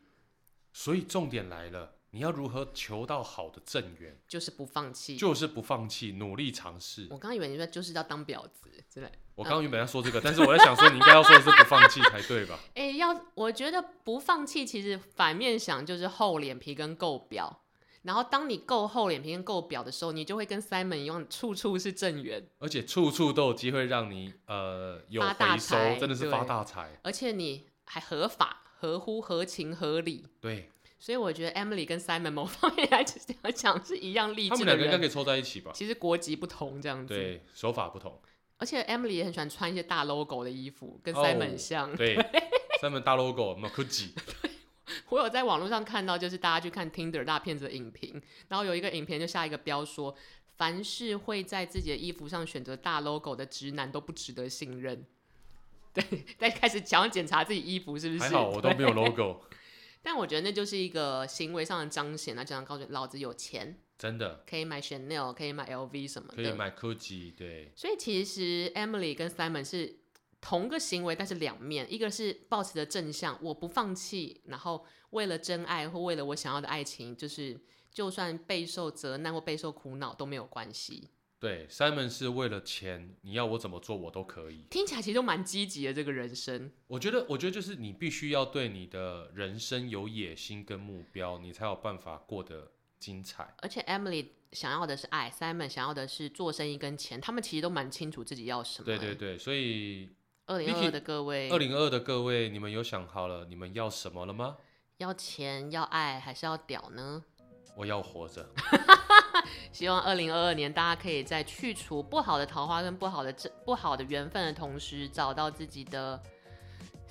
B: 所以重点来了，你要如何求到好的正缘，
A: 就是不放弃。
B: 就是不放弃，努力尝试。
A: 我刚以为你说就是要当婊子之类，
B: 我刚刚原本要说这个，但是我在想说，你应该要说的是不放弃才对吧？
A: 哎，要我觉得不放弃，其实反面想就是厚脸皮跟够表。然后当你够厚脸皮跟够表的时候，你就会跟 Simon 一样，处处是正缘，
B: 而且处处都有机会让你呃有
A: 发大
B: 回收
A: 财，
B: 真的是发
A: 对
B: 大财。
A: 而且你还合法、合乎、合情、合理。
B: 对
A: 所以我觉得 Emily 跟 Simon 某方面来 讲是一样励
B: 他
A: 志
B: 们
A: 的
B: 两个应该
A: 人，
B: 可以凑在一起吧？
A: 其实国籍不同这样子。
B: 对，手法 不同。
A: 而且 Emily 也很喜欢穿一些大 logo 的衣服，跟
B: 哦
A: Simon 很像。
B: 对，三门大 logo，我们 g u c c i
A: 我有在网络上看到，就是大家去看 Tinder 大骗子的影评，然后有一个影评就下一个标说，凡是会在自己的衣服上选择大 logo 的直男都不值得信任。 对，在开始想要检查自己衣服是不是？
B: 还好我都没有 logo，
A: 但我觉得那就是一个行为上的彰显啊，就像告诉你老子有钱，
B: 真的
A: 可以买 Chanel，可以买 LV 什么的。
B: 可以买 g u c c i 对，
A: 所以其实 Emily 跟 Simon 是同个行为，但是两面，一个是抱持着正向，我不放弃，然后为了真爱或为了我想要的爱情，就是就算备受责难或备受苦恼都没有关系。
B: 对，Simon 是为了钱，你要我怎么做我都可以。
A: 听起来其实都蛮积极的这个人生，
B: 我觉得，我觉得就是你必须要对你的人生有野心跟目标，你才有办法过得精彩。
A: 而且 Emily 想要的是爱，Simon 想要的是做生意跟钱，他们其实都蛮清楚自己要什么。欸
B: 对对对，所以
A: 二零二
B: Vicky，
A: 的各位
B: 二，零二的各位，你们有想好了你们要什么了吗？
A: 要钱要爱还是要屌呢？
B: 我要活着，
A: 希望二零二二年大家可以在去除不好的桃花跟不好的这不好的缘分的同时，找到自己的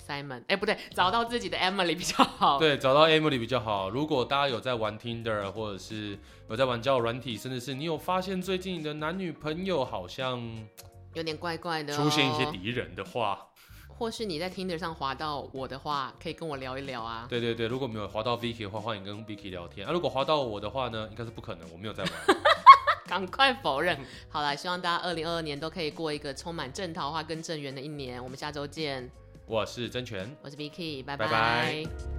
A: Simon，哎、不对，找到自己的 Emily 比较好。
B: 对，找到 Emily 比较好。如果大家有在玩 Tinder，或者是有在玩交友软体，甚至是你有发现最近你的男女朋友好像
A: 有点怪怪的、哦。
B: 出现一些敌人的话，
A: 或是你在 Tinder 上滑到我的话，可以跟我聊一聊啊。
B: 对对对，如果没有滑到 Vicky 的话，欢迎跟 Vicky 聊天啊。如果滑到我的话呢，应该是不可能，我没有在玩。
A: 赶快否认。
B: 嗯
A: 好啦，希望大家二零二二年都可以过一个充满正桃花跟正缘的一年。我们下周见，
B: 我是真权。
A: 我是 Vicky，
B: 拜拜
A: 拜